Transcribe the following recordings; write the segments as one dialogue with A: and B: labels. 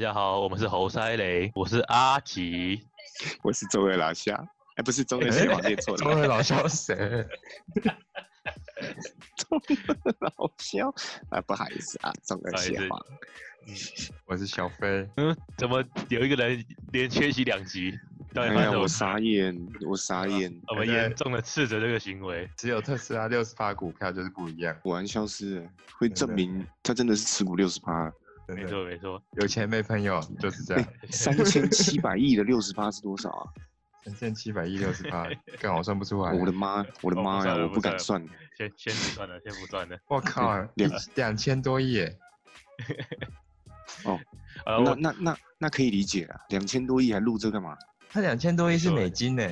A: 家好，我们是猴塞雷，我是阿吉。
B: 我是周二老夏，哎，不是周二是王念错
C: 中
B: 了，
C: 二老笑谁？
B: 老肖啊，不好意思啊，中二蟹
A: 不
B: 黄，
C: 我是小飞，
A: 哎怎么有一个人连缺席两集？到底
B: 哎
A: 发
B: 呀，
A: 生
B: 我
A: 什么？
B: 傻眼，我傻眼，
A: 我们严重的斥责这个行为。
C: 只有特斯拉六十趴股票就是不一样，
B: 果然消失了，会
C: 真
B: 证
C: 的
B: 明他真的是持股六十趴，
C: 真
A: 没
C: 的
A: 错没错，
C: 有钱没朋友就是这样，
B: 三千七百亿的六十趴是多少啊？哦
C: 三千七百亿六十趴，刚好算不出来。
B: 我的妈，我的妈呀，
A: 哦
B: 我
A: 不
B: 不
A: 算了
B: 敢
A: 不
B: 算，
A: 先先不算了，先不算了。
C: 我靠，
B: 两
C: 两千多亿耶，
A: 呃，
B: 那
A: 我
B: 那那那可以理解啊，两千多亿还录这干嘛？
C: 他两千多亿是美金呢，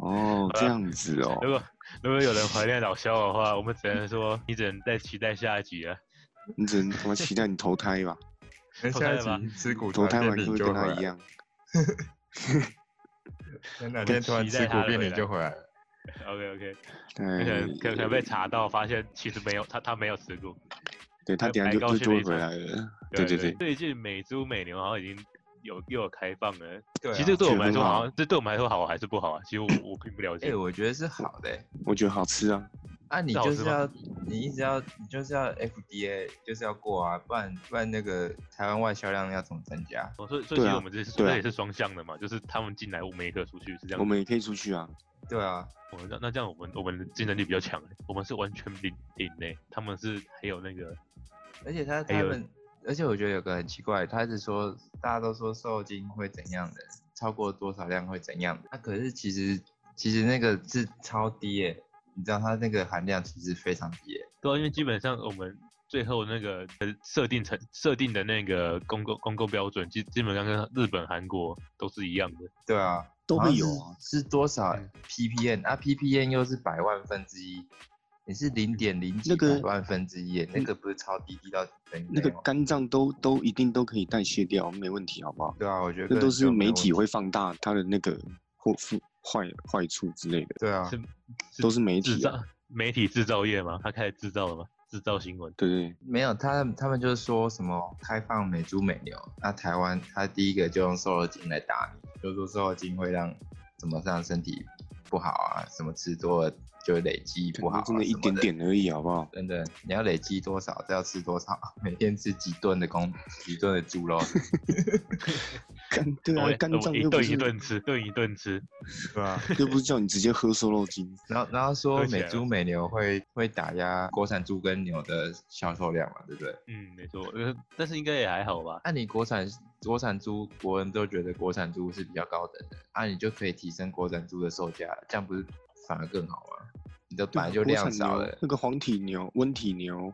B: 哦，
A: 啊
B: 这样子哦，
A: 如果如果有人怀念老肖的话，我们只能说你只能再期待下一集啊了。
B: 你只能他妈期待你投胎吧，
C: 跟
A: 投
C: 下
A: 胎了
C: 一集吃股
B: 投胎
C: 变
B: 完就
C: 领
B: 会
C: 就
B: 跟
C: 回
B: 他
C: 来
B: 一
C: 了，
B: 样，
C: 前两天突然吃股变领就回来了。
A: OK OK，可
B: 哎
A: 能，可能被查到，发现其实没有他，他没有持股。
B: 对他等下
A: 白
B: 就
A: 高
B: 就
A: 兴
B: 就
A: 的
B: 会
A: 一种
B: 回来了，对对对，
A: 最近美猪美牛好像已经有又有开放了。
C: 对啊，
A: 其实这对我们来说
B: 觉得很好
A: 好像，这对我们来说好还是不好啊？其实我我并不了
C: 哎、
A: 解。
C: 我觉得是好的欸、
B: 我觉得好吃啊，
C: 啊，你
A: 那我
C: 就
A: 是
C: 是
A: 吗
C: 要，你一直要，你就是要 FDA，就是要过啊，不然不然那个台湾外销量要怎么增加？
A: 我说，哦所以其
B: 对
A: 实
B: 啊
A: 我们这是
B: 对啊
A: 这也是双向的嘛，就是他们进来，我们也可以出去，是这样
B: 我
A: 子。
B: 们也可以出去啊，
C: 对啊，
A: 我们那那这样，我们我们的竞争力比较强欸，我们是完全零零诶，他们是还有那个
C: 而且他
A: 还
C: 他
A: 有
C: 们，而且我觉得有个很奇怪，他一直说大家都说受精会怎样的，超过多少量会怎样，那、可是其实其实那个是超低耶、你知道它那个含量其实非常低耶、
A: 对、啊，因为基本上我们最后那个呃设定成设定的那个公共公共标准，基基本上跟日本、韩国都是一样的。
C: 对啊，
B: 都
C: 好像
B: 会有
C: 是
B: 啊
C: 是多少
A: 嗯
C: ppm 啊？ppm 又是百万分之一，你是零点零几
B: 嗯那
C: 百
B: 个
C: 万分之一耶，那个不是超低低到等于
B: 那个
C: 没有
B: 肝脏都都一定都可以代谢掉，没问题，好不好？
C: 对啊，我觉得
B: 那都是
C: 就没
B: 媒
C: 有
B: 体
C: 问
B: 会放大它的那个或负坏坏处之类的，
C: 对啊
A: 是，
B: 都是媒
A: 制
B: 体、啊
A: 造。媒体制造业嘛，他开始制造了嘛，制造新闻。
B: 对对，
C: 没有他他们就是说什么开放美猪美牛，那台湾他第一个就用瘦肉精来打你，就说瘦肉精会让怎么让身体不好啊，什么吃多了就会累积
B: 可
C: 不好、啊，
B: 能真的一
C: 什么
B: 点点而已，好不 好？
C: 真的，你要累积多少，这要吃多少，每天吃几顿的公，几顿的猪肉，
B: 肝对
A: 我
B: 啊
A: 也，
B: 肝
A: 我
B: 脏
A: 一
B: 又不
A: 顿一
B: 是
A: 顿吃，顿一顿吃。
C: 对吧、
B: 又不是叫你直接喝瘦肉精，
C: 然后然后说
A: 喝起来
C: 美
A: 了
C: 猪美牛会会打压国产猪跟牛的销售量嘛，对不对？
A: 嗯，没错，呃但是应该也还好吧。
C: 按、啊你国产国产猪，国人都觉得国产猪是比较高等的，啊，你就可以提升国产猪的售价，这样不是反而更好吗？你的
B: 对
C: 本
B: 啊
C: 来就
B: 国
C: 量
B: 产
C: 少
B: 牛
C: 了，
B: 那个黄体牛、温体牛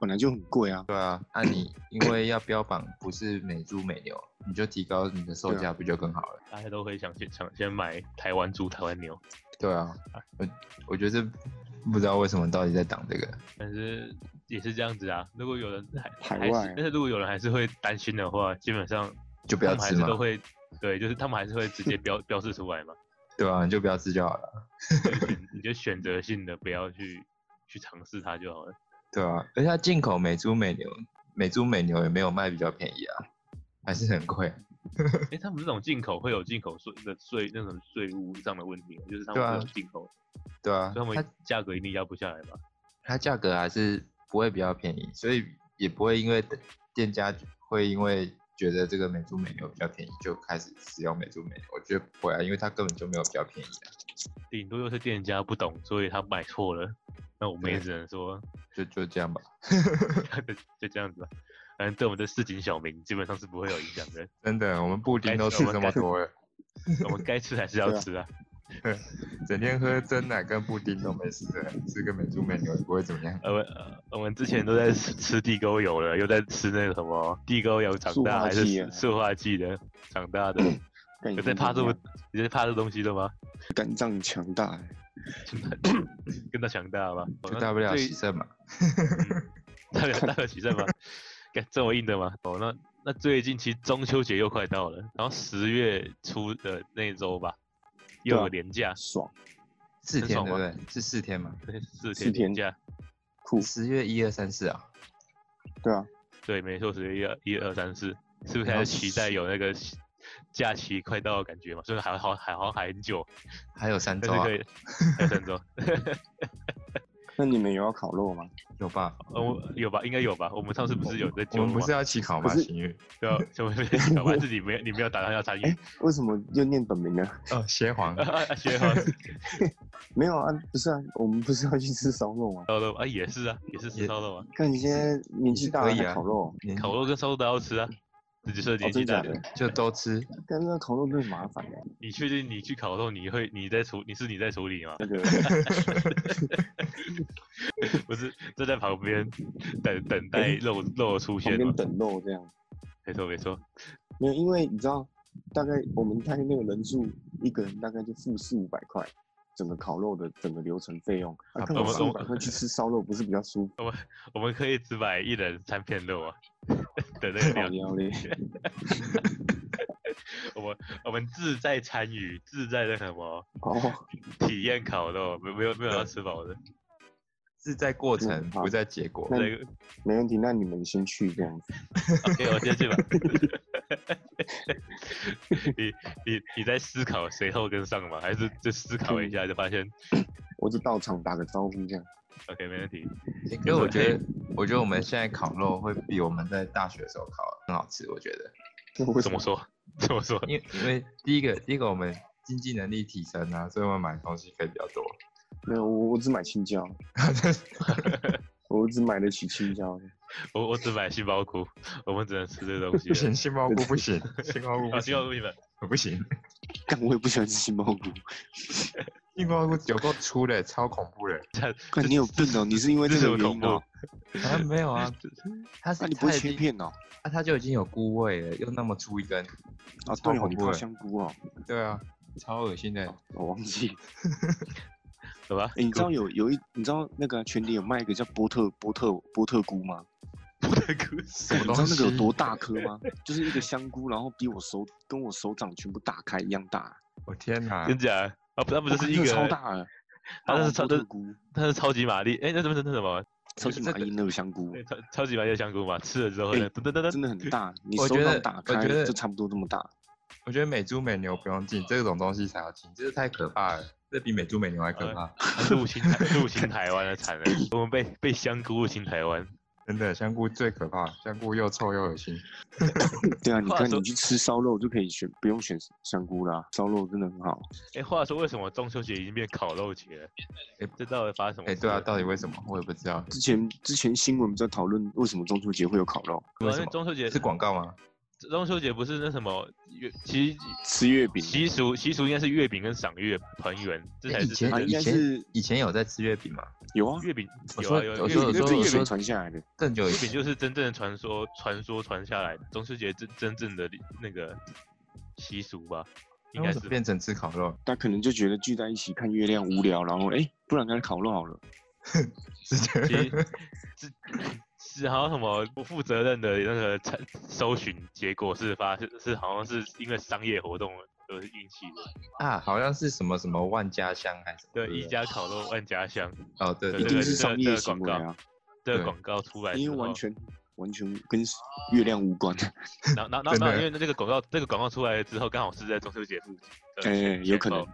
B: 本来就很贵啊，
C: 对啊，啊 你因为要标榜不是美猪美牛，你就提高你的售
B: 对啊
C: 价，不就更好了？
A: 大家都会想先想先买台湾猪、台湾牛，
C: 对啊，
B: 哎
C: 我我觉得不知道为什么到底在挡这个。
A: 但是也是这样子啊。如果有人还
B: 海
A: 还
B: 外
A: 是，但是如果有人还是会担心的话，基本上
C: 就不要
A: 他们还
C: 吃
A: 是
C: 嘛
A: 都会对，就是他们还是会直接标标示出来嘛。
C: 对啊，你就不要吃就好了。
A: 就是选你就选择性的不要去去尝试它就好了。
C: 对啊，而且它进口美猪美牛，美猪美牛也没有卖比较便宜啊，还是很贵。
A: 哎、他们这种进口会有进口税的税那种税务上的问题吗，就是他们
C: 对啊
A: 这种进口，
C: 对啊，
A: 所以他
C: 它
A: 们价格一定压不下来吧？
C: 它价格还是不会比较便宜，所以也不会因为店家会因为觉得这个美猪美牛比较便宜就开始使用美猪美牛，我觉得不会啊，因为它根本就没有比较便宜啊，
A: 顶多就是店家不懂，所以他买错了。那我们也
C: 对
A: 只能说，
C: 就就这样吧。
A: 就就这样子吧。啊反正对我们的市井小民基本上是不会有影响 的。
C: 真的，我们布丁
A: 该
C: 都
A: 吃
C: 吃
A: 我们
C: 这么
A: 该
C: 多了，
A: 我们该吃还是要
B: 对啊
A: 吃啊。
C: 整天喝真奶跟布丁都没事的，吃个美猪美牛也不会怎么样。
A: 呃我们呃我们之前都在吃吃地沟油了，又在吃那个什么地沟油长
B: 塑
A: 大
B: 化
A: 还是
B: 剂
A: 塑
B: 啊
A: 塑化剂的长大 的。
B: 干你
A: 有在
B: 妈
A: 怕这
B: 的
A: 个，你在怕这东西的吗？
B: 肝脏强大欸、
A: 跟他强大吧，
C: 就大不了
A: 对
C: 洗肾嘛。
A: 嗯 大了大了起身吗？干这么硬的吗？哦，那那最近其实中秋节又快到了，然后十月初的那一周吧，又
B: 对啊
A: 有年假，
B: 爽
C: 四
A: 很
C: 天
A: 爽
C: 对不对？是四天嘛？
A: 对四天
B: 四
A: 年
B: 天
A: 假，
B: 酷
C: 十月一二三四啊，
B: 对啊，
A: 对，没错，十月一、二、一、二、三、四，是不是还
C: 然后
A: 是期待有那个假期快到的感觉嘛？虽然还好，还好还很久，
C: 还有三周
A: 但是
C: 啊
A: 可，以还有三周。
B: 那你们有要烤肉吗？
C: 有吧？
A: 呃我有吧？应该有吧？我们上次不是有在
C: 我
A: 揪
C: 们不
A: 吗
C: 是？要起考吗？
B: 可是
C: 行月
A: 对啊，就 没在揪吧？自己没有，你没有打算要参与
B: 哎？为什么又念本名呢？
C: 哦，蝎皇
A: 啊，学好
B: 没有啊，不是啊，我们不是要去吃烧肉吗？
A: 烧肉啊，也是啊，也是吃
C: 也
A: 烧肉啊，
B: 看嗯你现在年纪大了
C: 也是可以
B: 还
C: 啊
B: 烤肉，
C: 年
A: 烤肉跟烧肉都要吃啊。只是说
B: 哦，
A: 年纪
B: 真的
A: 大
B: 假
A: 的，
B: 的？
C: 就都吃，
B: 但是那烤肉很麻烦的，
A: 你确定你去烤肉，你会你在处你是你在处理吗？
B: 那个
A: 不是站在旁边等等待肉肉的出
B: 旁
A: 现吗
B: 边？等肉这样。
A: 没错没错，
B: 没有，因为你知道，大概我们大概那个人数，一个人大概就付四五百块，整个烤肉的整个流程费用，啊，
C: 啊
B: 干
A: 我
B: 嘛
A: 们
B: 四五
A: 我
B: 百块去吃烧肉不是比较舒服？
A: 我们可以只买一人三片肉啊，的那个
B: 好
A: 量，
B: 料嘞，
A: 我们我们志在参与，志在那什么
B: 哦，
A: 体验烤肉，没没有没有要吃饱的，
C: 是在过程
B: 嗯好
C: 不在结果。
B: 那
A: 那个
B: 没问题，那你们先去这样子，
A: OK，我先去吧。你你你在思考谁后跟上吗？还是就思考一下就发现
B: 我就到场打个招呼这样。
A: OK 没问题？
C: 因为欸我觉得，我觉得我们现在烤肉会比我们在大学的时候烤很好吃。我觉得，
B: 那为什
A: 怎么说？ 怎么说？
C: 因为因为第一个，第一个我们经济能力提升啊，所以我们买东西可以比较多。
B: 没有，我我只买青椒，我只买得起青 椒。
A: 我我只买杏鲍菇，我们只能吃这个东西
C: 不
A: 了。
C: 行，杏鲍菇不 行，杏鲍菇
A: 啊，
C: 不
A: 杏鲍菇
C: 行，
A: 你们
C: 不行，
B: 但我也不喜欢吃杏鲍菇。
C: 杏鲍菇有够粗的，超恐怖的。
B: 看你有病哦，你是因为
A: 这
B: 这
A: 是
B: 个
A: 很
B: 原
A: 恐
B: 因
A: 怖
B: 哦？。
C: 啊，没有啊，它是
B: 那你不
C: 它
B: 会
C: 已
B: 切
C: 经
B: 片哦？
C: 啊，它就已经有菇味了，又那么粗一根。
B: 啊，
C: 超
B: 对哦，
C: 恐
B: 你
C: 怖
B: 泡
C: 欸
B: 香菇哦，
C: 对啊，超恶心的。
B: 我忘记。
A: 好吧
B: 哎、，你知 道有有一，你知道那个全联有卖一个叫波特波特波特菇吗？
A: 菇的菇是
C: 什
B: 你
C: 么
B: 知道
C: 东
B: 那个有
C: 西
B: 多大颗吗？就是一个香菇，然后比我手跟我手掌全部打开一样大，
C: 我天哪
A: 真！假的？啊，不，那不
B: 哇
A: 就是一
B: 真
A: 个
B: 的超，大的，
A: 它那
B: 大王
A: 是超
B: 波
A: 这
B: 特菇，
A: 它是超级玛丽，哎，那什么那什么，
B: 超级
C: 这
B: 马
C: 个
B: 丽那个香菇，
A: 对超超级玛丽的香菇嘛，吃了之后呢，
B: 哎
A: 噔噔噔
B: 真
A: 噔，
B: 的很大，你
C: 我
B: 手
C: 觉
B: 掌
C: 得
B: 打
C: 我
B: 开
C: 觉得
B: 就差不多这么大。
C: 我觉得美猪美牛不用进，这种东西才要进，这个太可怕了，这比美猪美牛还可怕。
A: 它入侵 台入侵台湾了，惨了，我们被被香菇入侵台湾。
C: 真的，香菇最可怕，香菇又臭又恶心。
B: 对啊，你
A: 话
B: 看
A: 说
B: 你去吃烧肉就可以选，不用选香菇啦，烧肉真的很好。
A: 哎，话说为什么中秋节已经变烤肉节了？
C: 哎
A: 这到底发生什么
C: 哎、
A: 事了？
C: 对啊，到底为什么？我也不知道，
B: 之前之前新闻在讨论为什么中秋节会有烤肉，
A: 对啊
C: 为
A: 因
C: 什
A: 为
C: 么？
A: 中秋节
C: 是广告吗？
A: 中秋节不是那什么月，其实
B: 吃月饼
A: 习俗习俗应该是月饼跟赏月团圆，这才
C: 哎以
A: 是
C: 前
B: 啊
A: 真的
B: 应该
C: 以前
B: 是
C: 以前有在吃月饼吗？
B: 有啊，
A: 月饼
C: 我
A: 有
C: 说
A: 啊有
C: 我
A: 月饼
C: 说我
B: 那
C: 说
B: 是
C: 我
B: 月
C: 说
B: 饼传下来的。
C: 更久以
A: 月饼
C: 前，
A: 就是真正的传说，传说传下来的中秋节真真正的那个习俗吧，应
C: 那
A: 该
C: 为
A: 是
C: 什么变成吃烤肉？
B: 他可能就觉得聚在一起看月亮无聊，然后哎、诶不然干脆烤肉好了。
A: 其实是
C: 是这样
A: 是好像什么不负责任的那个查搜寻结果是发是是好像是因为商业活动而引起的，
C: 啊，好像是什么什么万家香还是什么
A: 对
C: 不
A: 一家烤肉万家香
C: 哦对
A: 对
B: 一
C: 对
B: 定
C: 对
B: 是
A: 这
B: 商
A: 个
B: 业
A: 这个
B: 行为
A: 广
B: 啊，
A: 这个
C: 对
A: 广告出来之
B: 因
A: 后
B: 为，完全完全跟月亮无关。
A: 然后然后然后
C: 真的
A: 然后因为这个广告这个广告出来之后刚好是在中秋节附近，
B: 哎、有可能，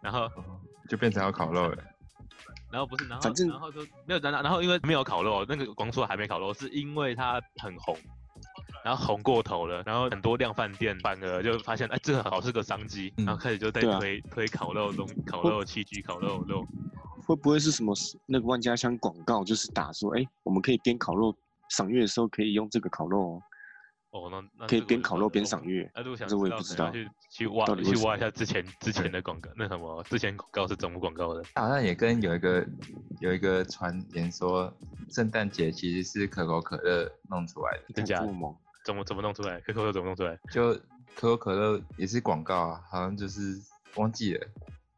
A: 然后
C: 哦 就变成要烤肉了。
A: 然后不是，然后
B: 反正
A: 然后就没有，然后然后因为没有烤肉，那个光说还没烤肉，是因为它很红，然后红过头了，然后很多量饭店反而就发现，哎，这个好是个商机，
C: 嗯
A: 然后开始就在
B: 对啊
A: 推、推烤肉东烤肉器具、烤肉肉，
B: 会不会是什么那个万家香广告，就是打说哎、诶我们可以边烤肉赏月的时候可以用这个烤肉、哦，
A: 哦，那那
B: 可
A: 这
B: 以
A: 个
B: 边
A: 我就
B: 烤
A: 不
B: 肉
A: 知
B: 边
A: 道
B: 赏。月。
A: 啊，如果想
B: 这我也不
A: 可
B: 知
A: 能要
B: 道
A: 去去挖
B: 到底为
A: 去
B: 什
A: 挖
B: 么
A: 一下之前之前的广告，那什么之前广告是怎么广告的？
C: 好像也跟有一个有一个传言说，圣诞节其实是可口可乐弄出来的，
A: 真假
B: 看
A: 的
B: 做梦
A: 怎么怎么弄出来？可口可乐怎么弄出来？
C: 就可口可乐也是广告啊，好像就是忘记了。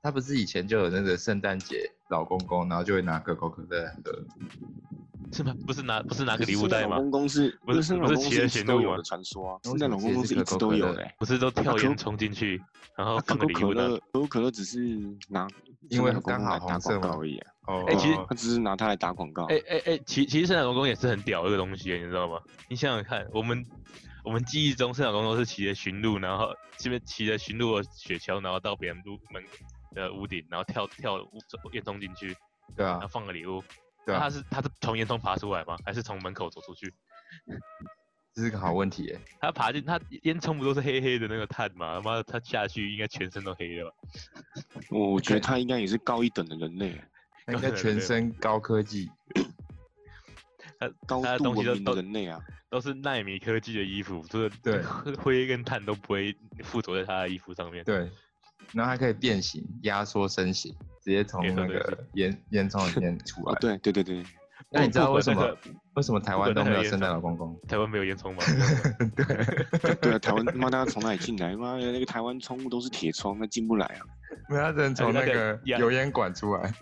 C: 他不是以前就有那个圣诞节老公公，然后就会拿可口可乐来喝，
A: 是吗？不是拿不是拿
B: 那
A: 个礼物袋吗
B: 老？公公司
A: 不是
B: 圣
A: 不
B: 老
A: 是
B: 公公
A: 骑
B: 司
A: 了
B: 一直
A: 行
B: 都
A: 路
B: 有
A: 吗
B: 的传说啊，圣
C: 为什
B: 诞
C: 么
B: 老
C: 其
B: 公
C: 实
B: 公
C: 是
B: 司一
C: 可
B: 直
C: 口
B: 都
C: 可
B: 有
C: 乐
B: 的欸。
A: 不是都跳
B: 可
A: 远
B: 口
A: 冲进去，然后
B: 啊可
A: 放个
B: 口
A: 礼
B: 可
A: 物呢
B: 乐，？可口可乐只是拿
C: 因为
B: 圣诞老公
C: 刚好
B: 来打
C: 红色
B: 广
C: 嘛
B: 告而已啊，
C: 哦，
A: 哎其实
C: 哦
B: 他只是拿它来打广告。
A: 哎哎哎，其其实圣诞老公公也是很屌的一个东西，你知道吗？你想想看，我们我们记忆中圣诞老公公是骑着驯鹿，然后这边骑着驯鹿的雪橇，然后到别人屋门的屋顶，然后跳跳屋烟囱进去，
C: 对
A: 然后
C: 啊，
A: 放个礼物。
C: 对
A: 那
C: 啊
A: 他，是他是从烟囱爬出来吗？还是从门口走出去？
C: 这是个好问题耶。
A: 他爬进他烟囱不都是黑黑的那个碳吗？他妈的他下去应该全身都黑了吧？
B: 我觉得他应该也是高一等的人类，啊
C: 应该全身高科技，
A: 他
B: 高
A: 他的
B: 度
A: 东西
B: 文
A: 都
B: 明的
A: 都
B: 人类啊。
A: 都是纳米科技的衣服，就是
C: 对
A: 灰跟碳都不会附着在他的衣服上面。
C: 对，然后还可以变形、压缩身形，直接从
A: 没错
C: 那
A: 没错
C: 个烟烟囱里面出
B: 哦
C: 来，。
B: 对对对对，
C: 那你知 道为什
A: 不管
C: 么为什么台湾都没有圣
A: 不管那
C: 诞
A: 个
C: 老公 公？
A: 台湾没有烟囱吗？
C: 对，
B: 对啊，台湾他妈大家从哪里进来？妈的，那个台湾窗户都是铁窗，那进不来啊。
C: 没有，他只能从那个
A: 压
C: 油烟管出来，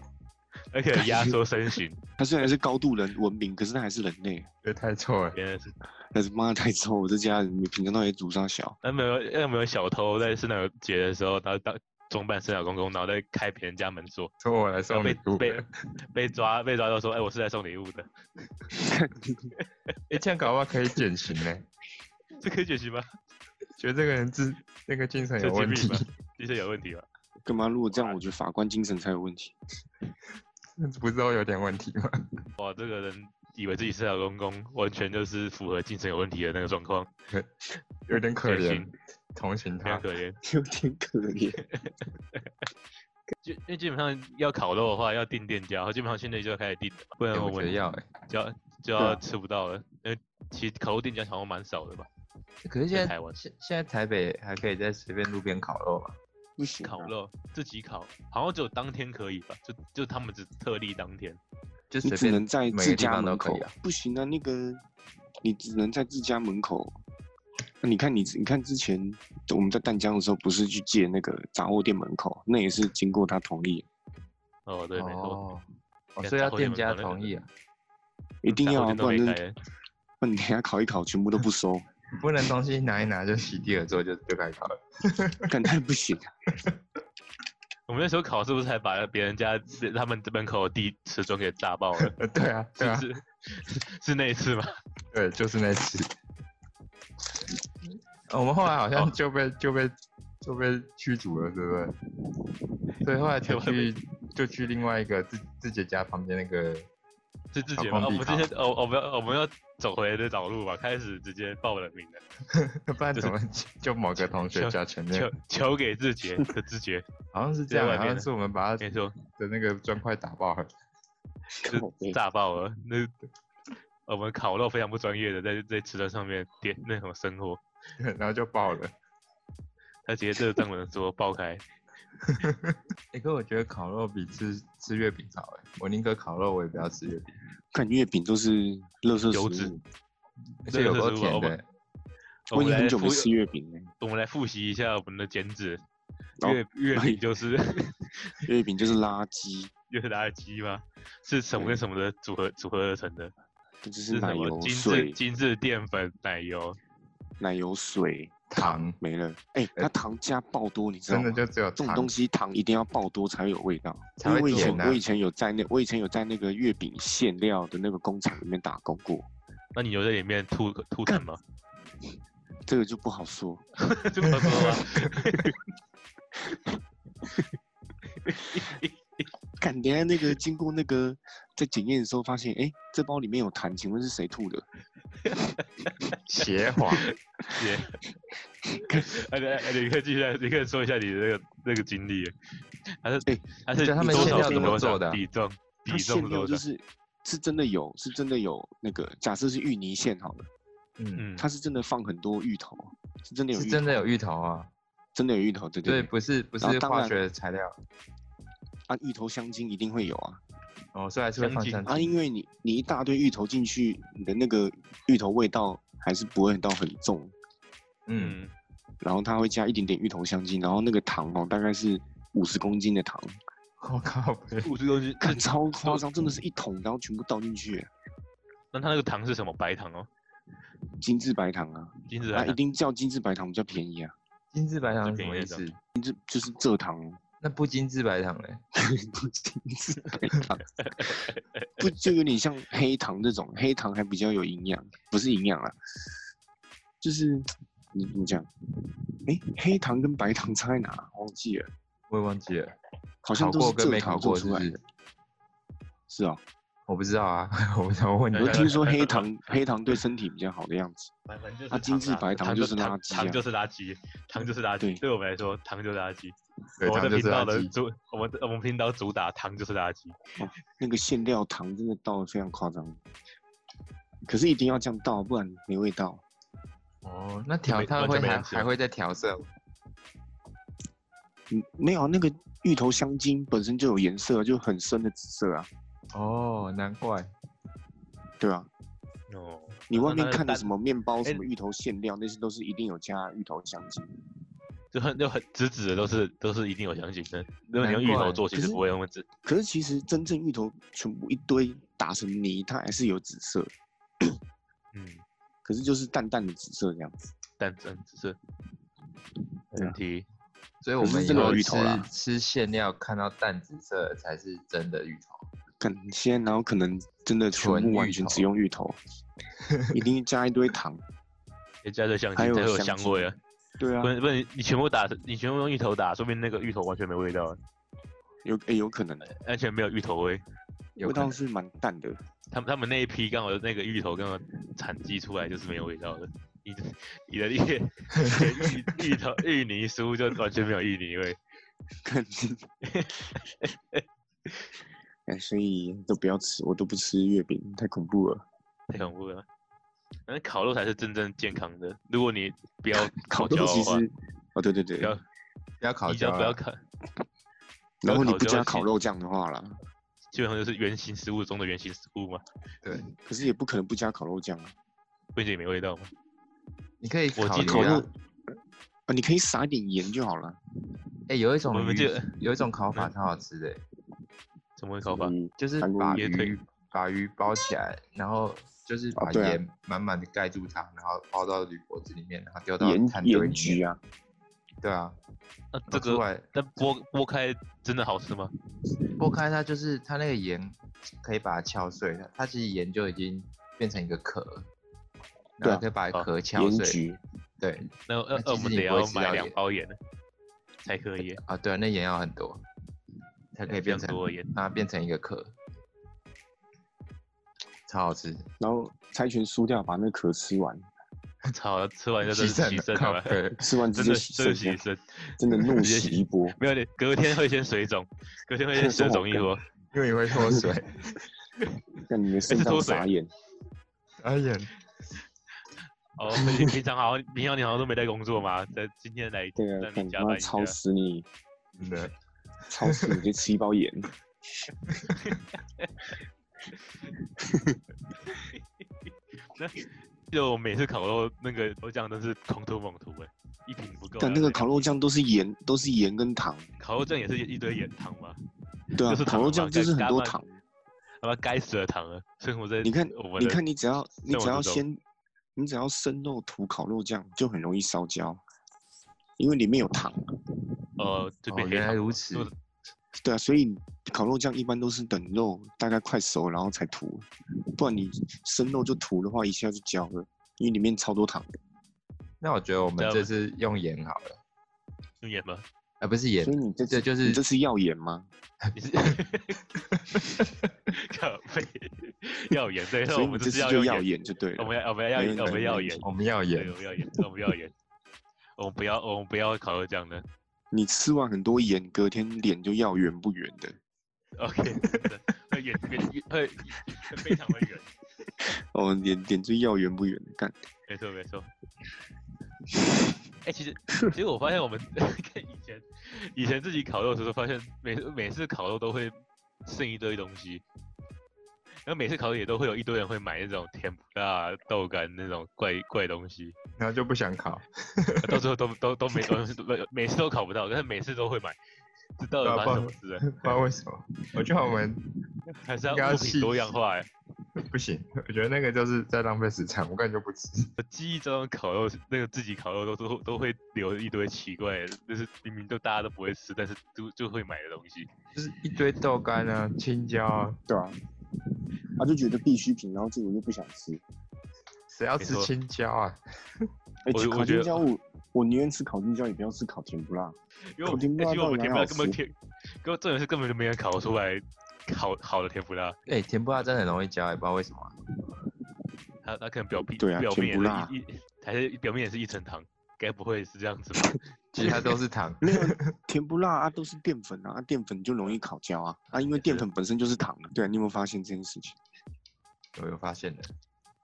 A: 而且压缩身形，
B: 他虽然是高度人文明，可是他还是人类。啊
C: 这太臭了。
A: 原来是
B: 但是妈的太臭了，这家人平常到底煮上小，
A: 那没有那没有小偷在圣诞节的时候，然后当装扮圣诞公公，然后再开别人家门锁，
C: 说我来送
A: 被
C: 礼物，
A: 被被抓被抓到说，哎、我是来送礼物的，
C: 哎，这样搞不好可以减刑呢。
A: 这可以解决吗？
C: 觉得这个人自那个精神
A: 这
C: 有问题
A: 吧，，精神有问题吧？
B: 干嘛？如果这样，我觉得法官精神才有问题。
C: 不是都有点问题吗？
A: 哇，这个人以为自己是小公公，完全就是符合精神有问题的那个状况，
C: 有点可
A: 减
C: 怜
A: 刑，
C: 同情
A: 非
B: 啊
A: 常
C: 他。
A: 可怜。
B: 有点可怜。
A: 就因为基本上要烤肉的话，要订店家，基本上现在就要开始订了，不
C: 哎
A: 然
C: 我
A: 我
C: 觉得
A: 们
C: 要哎，
A: 就要就
B: 对啊
A: 要吃不到了。因为其实烤肉店家好像蛮少的吧？
C: 可
A: 在
C: 是现
A: 台
C: 在
A: 湾
C: 现现在台北还可以在随便路边烤肉嘛？
B: 不行、啊
A: 烤，肉自己烤，好像只有当天可以吧？就就他们只特例当天。
C: 就
B: 你
C: 随
B: 只
C: 便
B: 能在
C: 每
B: 自
C: 个地
B: 家
C: 方都
B: 门
C: 可
B: 口
C: 以啊。
B: 不行啊，那个你只能在自家门口。那你看你，你看之前我们在淡江的时候，不是去借那个杂货店门口，那也是经过他同意，
A: 哦，对，没错，
C: 哦，哦
A: 现在
C: 所以要
A: 杂货店门
C: 店家
A: 口那
C: 同
A: 个
C: 意啊，
B: 一定
A: 嗯杂
B: 要
A: 货
B: 啊，
A: 店都
B: 不
A: 没
B: 然那
A: 开
B: 不然你等下烤一烤，全部都 不收，
C: 不能东西拿一拿就席地而坐就就开烤了。
B: 感太不行啊。
A: 我们那时候烤是不是还把别人家他们门口的地瓷砖给炸爆 了？
C: 呃，对啊，对啊，
A: 是是 是那一次吗？
C: 对，就是那次。呃我们后来好像就被就被就被驱逐了，对不对？所以后来才去就去另外一个自自己家旁边那个，
A: 是自
C: 烤
A: 己吗？
C: 空
A: 哦我
C: 地
A: 们
C: 烤
A: 今天哦，我们要我们要走回的老路吧，开始直接报人名了，
C: 不然怎么就某个同学家前面
A: 求，求给志 杰的志杰，
C: 好像是这样，
A: 就在外
C: 好
A: 面
C: 像是我们把他
A: 没错，
C: 的那个砖块打爆了。
B: 靠
A: 就
B: 背
A: 炸爆了。那我们烤肉非常不专业的，在在瓷砖上面点那种生火，
C: 对，然后就爆了。
A: 他直接热胀冷缩爆开。
C: 哎、可我觉得烤肉比吃吃月饼好哎，我宁可烤肉，我也不要吃月饼，
B: 看月饼都是垃圾
A: 油
B: 食
A: 脂
B: 物，
C: 而且有
A: 这
C: 够
A: 个是
C: 甜
A: 我
C: 的。
B: 我已
A: 们
B: 经
A: 来
B: 很久没
A: 复
B: 吃月饼了。
A: 我们来复习一下我们的减脂，
B: 哦
A: 月月
B: 可以
A: 饼就是
B: 月饼就是垃圾，
A: 就是垃圾吗？是什么跟什么的组合组合而成的？
B: 这就是
A: 是
B: 奶
A: 什么？
B: 油
A: 精致
B: 水、
A: 精致淀粉、奶油，
B: 奶油水
C: 糖
B: 没了。哎、
A: 呃
B: 它糖加爆多，你知道
C: 真
B: 吗？
C: 的就只有
B: 这
C: 糖
B: 种东西糖一定要爆多才会有味道。
C: 才
B: 因为
C: 会
B: 我以前、
C: 甜啊
B: 我以前有在那我以前有在那个月饼馅料的那个工厂里面打工过，
A: 那你有在里面吐吐什么？
B: 这个就不好说。
A: 这么说吗？
B: 看等一下那 个经过那个在检验的时候发现，哎、这包里面有痰，请问是谁吐的？
C: 邪 皇。
A: 姐，哎，你哎你可以继续来，你可以说一下你的那个那个经历，还是
B: 哎
A: 还是
C: 就他们
A: 多
B: 馅
A: 少
B: 料
A: 是
B: 怎么
A: 多
C: 做
A: 少
C: 的啊
A: 比重比
B: 它馅
A: 重
B: 料
A: 多
B: 就
A: 少？
B: 是是真的有，是真的有那个假设是芋泥馅好了，
C: 嗯，
A: 嗯，
B: 它是真的放很多芋头，是真的有
C: 是
B: 芋
C: 真
B: 头，
C: 的有芋头啊，
B: 真的有芋头，对对
C: 对，不是不
B: 然后
C: 是
B: 当
C: 化
B: 然
C: 学材料，
B: 啊，芋头香精一定会有啊。
C: 哦，所以还是会
A: 香
C: 放
A: 精
C: 香
B: 啊，
C: 精。
B: 因为你你一大堆芋头进去，你的那个芋头味道还是不会到很重，
C: 嗯，
A: 嗯，
B: 然后它会加一点点芋头香精，然后那个糖哦，大概是五十公斤的 糖，
C: 我靠，不是
A: 五十公斤，
B: 看超夸
A: 都
B: 张，真的是一桶，然后全部倒进去耶，
A: 那它那个糖是什么白糖哦？
B: 精致白糖啊，
A: 金子
B: 它
A: 白
B: 一
A: 糖
B: 定叫精致白糖比较便宜啊，
C: 精致白糖是什
A: 便宜
C: 么
A: 那
C: 意思？
B: 就是蔗糖，
C: 那不精致白糖嘞？
B: 不精致白 糖，不就有点像黑糖这种，黑糖还比较有营养，不是营养啊，就是你你讲，哎、黑糖跟白糖差在哪？忘记了，
C: 我也忘记了，
B: 好像
C: 烤
B: 都是
C: 过跟
B: 蔗
C: 没烤
B: 糖
C: 过
B: 做
C: 是
B: 出
C: 不
B: 来的，
C: 是？
B: 是啊、
C: 我不知道啊， 我不知道问你
B: 我。是听说黑糖黑糖对身体比较好的样子，
A: 反正就是
B: 啊精致
A: 糖啊
B: 白糖
A: 糖
B: 就是
A: 糖
B: 垃圾啊
A: 糖就是垃圾，糖就是垃
B: 对
A: 圾。对我们来说，糖就是垃圾。
C: 对
A: 我
C: 糖
A: 们的
C: 就是
A: 频道
C: 垃
A: 的
C: 圾，
A: 主，我们的我们频道主打糖就是垃圾。
B: 那个馅料糖真的倒的非常夸张，可是一定要这样倒，不然没味道。
C: 哦，那调
A: 没
C: 它
A: 完全
C: 会
A: 没
C: 还
A: 人吃
C: 还会再调色
B: 哦
C: 吗，
B: 嗯，没有啊那个芋头香精本身就有颜色啊，就很深的紫色啊，
C: 哦，难怪。
B: 对啊，
A: 哦，
B: 你外面
A: 那
B: 看的
A: 蛋
B: 什么面包、
A: 哎
B: 什么芋头馅料，那些都是一定有加芋头香精。
A: 就很就很直指的都是都是一定有详情的。如果你用芋
C: 难
A: 头
C: 怪
A: 做，其
B: 可
A: 实
B: 是
A: 不会那么直。
B: 可是其实真正芋头全部一堆打成泥，它还是有紫色，
A: 嗯，
B: 可是就是淡淡的紫色这样子。
A: 但真只是
B: 对
A: 问
B: 啊
A: 题。
C: 所以我
B: 可是
C: 们以
B: 真的有
C: 后
B: 芋
C: 吃
B: 头啦
C: 吃馅料看到淡紫色的才是真的芋头。
B: 看现在哪有可能真的全
C: 纯
B: 部
C: 芋
B: 完全只
C: 头
B: 用芋 头，一定加一 堆糖。
A: 也加着香
B: 还
A: 精
B: 有
A: 才会有
B: 香
A: 香
B: 精
A: 味啊！
B: 对啊
A: 不，然不然你全部打，你全部用芋头打，说明那个芋头完全没味道啊，
B: 有诶、有可能，
A: 完全没有芋头味。
C: 有
B: 味
C: 可
B: 道
C: 能
B: 是蛮淡的。
A: 他们他们那一批刚好那个芋头刚好产季出来就是没有味道的，你的你的芋你的 芋芋头芋泥酥就完全没有芋泥味。
B: 看，哎，所以都不要吃，我都不吃月饼，太恐怖了。
A: 太恐怖了。反正烤肉才是真正健康的。如果你不 要
B: 烤
A: 焦
B: 肉
A: 的
B: 其
A: 话，
B: 实，哦，对对对
A: 不，要
C: 不要烤
A: 你只要
C: 焦
A: 不要
C: 了，
A: 烤，
B: 然后你
A: 烤
B: 不
A: 焦
B: 加
A: 其
B: 烤
A: 实
B: 肉酱的话啦，
A: 基本上就是原型食物中的原型食物嘛，
C: 对，
B: 可是也不可能不加烤肉酱啊。
A: 并且也没味道嘛。
C: 你可以
A: 我
C: 烤
A: 记得
B: 烤
C: 鱼
B: 肉
C: 啊。
B: 啊，你可以撒一点盐就好了。
C: 哎，有一种
A: 我们
C: 鱼
A: 记得，
C: 有一种烤法
A: 嗯
C: 超好吃的，欸
A: 怎么会烤法？
B: 嗯
C: 就是
B: 韩国
C: 把
A: 鱼也
C: 鱼
A: 对
C: 把鱼包起来，然后就是
B: 啊
C: 把
B: 对啊
C: 盐满满的盖住它，然后包到铝箔纸里面，然后丢到
B: 盐
C: 炭堆
B: 盐
C: 里
B: 焗
C: 面。
B: 啊，
C: 对啊，
A: 那
C: 然后
A: 这
C: 出
A: 个
C: 来
A: 但剥剥开真的好吃吗？
C: 剥开它，就是它那个盐可以把它敲碎，它它其实盐就已经变成一个壳，
B: 对
C: 然
B: 啊
C: 后可以把
A: 啊
C: 壳敲
B: 盐
C: 碎。
B: 焗。
C: 对
A: 那呃呃，
C: 那其
A: 我
C: 实
A: 们
C: 你
A: 得
C: 不会
A: 要
C: 吃
A: 买
C: 到
A: 两
C: 盐
A: 包盐才可以，
C: 啊，对啊，那盐要很多，才可以
A: 这样
C: 变成
A: 多盐。
C: 让它变成一个壳，超好吃。
B: 然后猜拳输掉，把那个壳吃完，
A: 操，吃 完就真
C: 牺
A: 是
C: 牲
A: 牺牲
C: 靠
A: 了吧，
C: 背
B: 吃完直
A: 真
B: 接
A: 的
B: 洗
A: 真的
B: 身
A: 牺牲。
B: 真的怒
A: 直接
B: 洗一波。
A: 没有，你隔天会先水肿，隔 天会先水肿一波。
C: 因为你会脱水。
B: 那你的身
A: 是
B: 上
A: 脱水
B: 撒盐，
C: 哎呀，
A: 哦，你平常好像，平常你好像都没在工作嘛，在今天来
B: 对啊，
A: 让
B: 干
A: 你加
B: 妈
A: 班一下
B: 吵。死你，
C: 真的，
B: 吵死你，就吃一包盐。
A: 就我每次烤肉那个肉酱都是狂吐猛吐哎，一瓶不够啊。
B: 但那个
A: 对
B: 烤肉酱都是盐，都是盐跟糖。
A: 烤肉酱也是一堆盐糖嘛，
B: 对啊
A: 就，是
B: 烤
A: 糖
B: 肉
A: 嘛
B: 酱就
A: 干
B: 是很
A: 干
B: 多
A: 嘛
B: 糖。
A: 他妈该死的糖啊！生活在
B: 你看
A: 我，们
B: 你
A: 的
B: 看，你只要你
A: 生活
B: 只要
A: 之中
B: 先，你只要生肉涂烤肉酱，就很容易烧焦，因为里面有糖。
A: 呃，就
C: 哦，
A: 变黑
C: 原来
A: 糖
C: 如此
A: 就。
B: 对啊，所以烤肉酱一般都是等肉大概快熟然后才涂，不然你生肉就涂的话，一下就焦了，因为里面超多糖的。
C: 那我觉得我们
A: 对啊
C: 这次用盐好了，
A: 用盐 吗？
C: 啊，不是盐
B: 所以，你这
C: 这
B: 次
C: 就
B: 你
C: 是
B: 这次要盐吗？
A: 你是 靠背要盐对，那
B: 所
A: 我
B: 以你
A: 们
B: 这
A: 就
B: 次
A: 是要
B: 就
A: 用
B: 要
A: 盐，
B: 盐就对
A: 我
B: 了。
A: 们要我们要
B: 没问题
A: 我们要
B: 没问
A: 盐，
C: 我们要盐
A: 对，我，哦们要盐，我们要盐，我们不要我们不要烤肉酱的。
B: 你吃完很多盐，隔天脸就要圆不圆的。
A: OK，真的会远远远会会非常会远，
B: 哦，脸脸就要圆不圆的，干
A: 没错没错。哎、其实其实我发现我们 跟以前以前自己烤肉的时候，发现每每次烤肉都会剩一堆东西，然后每次烤肉也都会有一堆人会买那种甜不辣、豆干那种怪怪东西，
C: 然后就不想烤，
A: 到最后都都都没东西，都每次都烤不到，但是每次都会买，这到底
C: 对啊
A: 发生什
C: 不
A: 么事了
C: 不？知道为什么。我觉得我们
A: 还是要
C: 应该要
A: 物
C: 细
A: 品多样化、欸，
C: 不行，我觉得那个就是在浪费食材，我根本就不吃。
A: 我记忆中烤肉那个自己烤肉都都都会留一堆奇怪的，就是明明都大家都不会吃，但是就就会买的东西。
C: 就是一堆豆干啊、青椒啊，
B: 对啊，他就觉得必需品，然后自己又不想吃。
C: 谁要
A: 没
C: 吃
A: 错
C: 青椒啊？
B: 哎、
A: 我
B: 烤
A: 我觉
B: 青
A: 得
B: 椒我我宁愿吃烤青椒，也不要吃烤甜不辣。
A: 因为我
B: 我听不
A: 而
B: 到
A: 且我
B: 到
A: 们
B: 底
A: 甜不辣
B: 哪啊好
A: 根本
B: 吃
A: 甜，根本重点是根本就没人烤出来好好的甜不辣，
C: 哎、甜不辣真的很容易焦，也不知道为什么啊。
A: 它它可能表皮、
B: 对啊
A: 表面
B: 甜不辣
A: 也是一一还是表面也是一层糖，该不会是这样子吧？
B: ，
C: 其实它都是糖
B: 没有甜不辣啊，都是淀粉啊，啊淀粉就容易烤焦啊啊，因为淀粉本身就是糖啊。对啊，你有没有发现这件事情？
C: 我有发现的。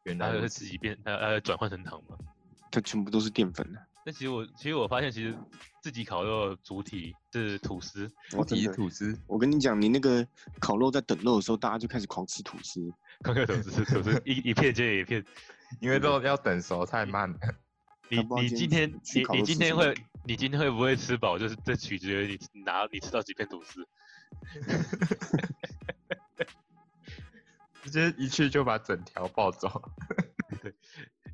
C: 原
A: 然
C: 来
A: 后
C: 如
A: 就
C: 此
A: 自己变呃呃转换成糖嘛。
B: 它全部都是淀粉啊。
A: 那其实我其实我发现其实自己烤肉的主体是吐司，
B: 我
C: 主
B: 哦真
C: 体是
B: 的，
C: 吐司，
B: 我跟你讲，你那个烤肉在等肉的时候，大家就开始狂吃吐司。
A: 刚刚吐司吐司一一片接一片。
C: 因为肉要等熟太慢了。
A: 你
B: 不知道
A: 你今
B: 今
A: 天
B: 天去
A: 你
B: 烤
A: 你
B: 肉
A: 今
B: 吃
A: 天
B: 什么
A: 会你今天会不会吃饱，就是这取决于你拿你吃到几片吐司。
C: 直接一去就把整条抱走。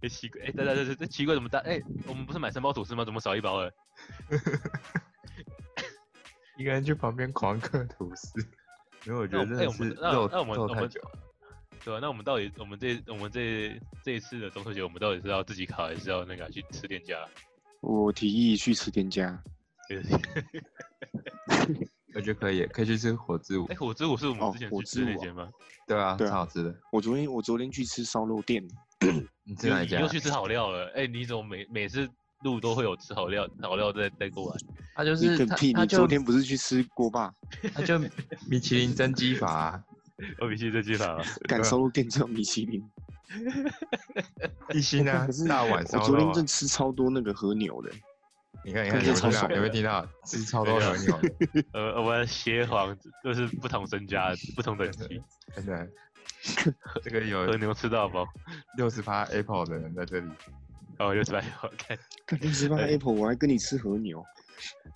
A: 哎、奇怪，哎、大家这这奇怪怎么大？哎、我们不是买三包吐司吗？怎么少一包了？
C: 一个人去旁边狂嗑吐司，因为我觉
A: 那我
C: 得
A: 们哎、
C: 真的
A: 我
C: 是
A: 们那
C: 肉
A: 那我们
C: 肉
A: 我
C: 太
A: 们
C: 久了。
A: 对啊，那我们到底我们这我们这这一次的中秋节，我们到底是要自己烤，还是要那个啊去吃店家？
B: 我提议去吃店家，
A: 就是
C: 我觉得可以，可以去吃火之舞
A: 哎、，火之舞是我们
B: 哦
A: 之前
B: 火
A: 去吃
B: 之
A: 的那
B: 舞啊
A: 间吗？
C: 对啊，
B: 对
C: 超
B: 啊
C: 好吃的。
B: 我昨天我昨天去吃烧肉店，
C: 你吃
A: 你
C: 哪
A: 又
C: 一
A: 你
C: 家啊
A: 又？去吃好料了？哎、你怎么每每次路都会有吃好料好料再再 过来？
C: 他就
B: 你
C: 是
B: 个
C: 他，
B: 屁！
C: 他
B: 你
C: 就
B: 昨天不是去吃锅巴？
C: 他就米其林蒸鸡法啊，
A: 我比起这句法吗？
B: 敢烧肉店只有米其林。
C: 一 心啊
B: 可是，
C: 大碗
B: 我
C: 烧
B: 昨
C: 肉
B: 天
C: 啊
B: 真。吃超多那个和牛的，
C: 你看，你
B: 可
C: 看，
B: 是
C: 你
B: 超爽
C: 有没有听到？有没有听到？吃超多和 牛的，
A: 呃，我们邪皇就是不同身家、不同等级，
C: 真的。这个
A: 和
C: 有
A: 牛吃到饱，
C: 六十八 Apple 的人在这里，
A: 然后就出来好看。
C: 啊
B: 干六十八
A: 哎
B: Apple，我还跟你吃和牛，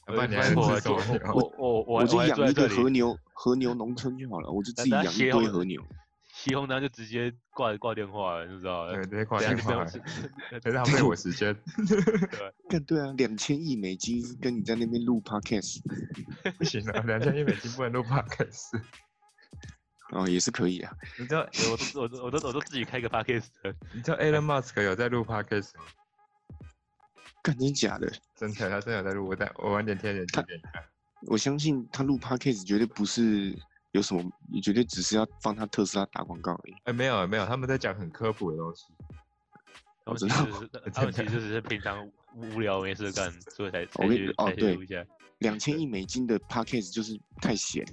C: 要不然你还
A: 我
C: 吃什
A: 就
C: 么牛？
A: 我我我
B: 我就
A: 还
B: 养
A: 坐
B: 一
A: 在
B: 个
A: 这
B: 和
A: 里，
B: 牛和牛农村就好了，我就自己
A: 那那
B: 养一
A: 歇后
B: 堆和牛。
A: 西红柿就直接挂挂电话了，你知道吗？
C: 对，这些夸
A: 等下
C: 张
A: 就不
C: 话
A: 用， 吃。
C: 很浪费我时间。
B: 干对啊，两千亿美金跟你在那边录 podcast，
C: 不行了，两千一美金不能录 p o d c
B: 哦也是可以啊。
C: 你知道，
A: 我都我都我都我都自己开个 podcast，了
C: 你知道 Elon Musk 有在录 podcast 吗？
B: 干真假的？
C: 真的，他真的有在录。我在我晚点贴链接给你看。
B: 我相信他录 podcast 绝对不是有什么，你绝对只是要帮他特斯拉打广告而已。
C: 哎，没有没有，他们在讲很科普的东西。
A: 他们
B: 知
A: 其
B: 道
A: 实是他们其实只是平常无无聊没事干，所以才才
B: 我跟
A: 去
B: 哦
A: 才去
B: 对
A: 录一下。
B: 两千亿美金的 podcast 就是太闲，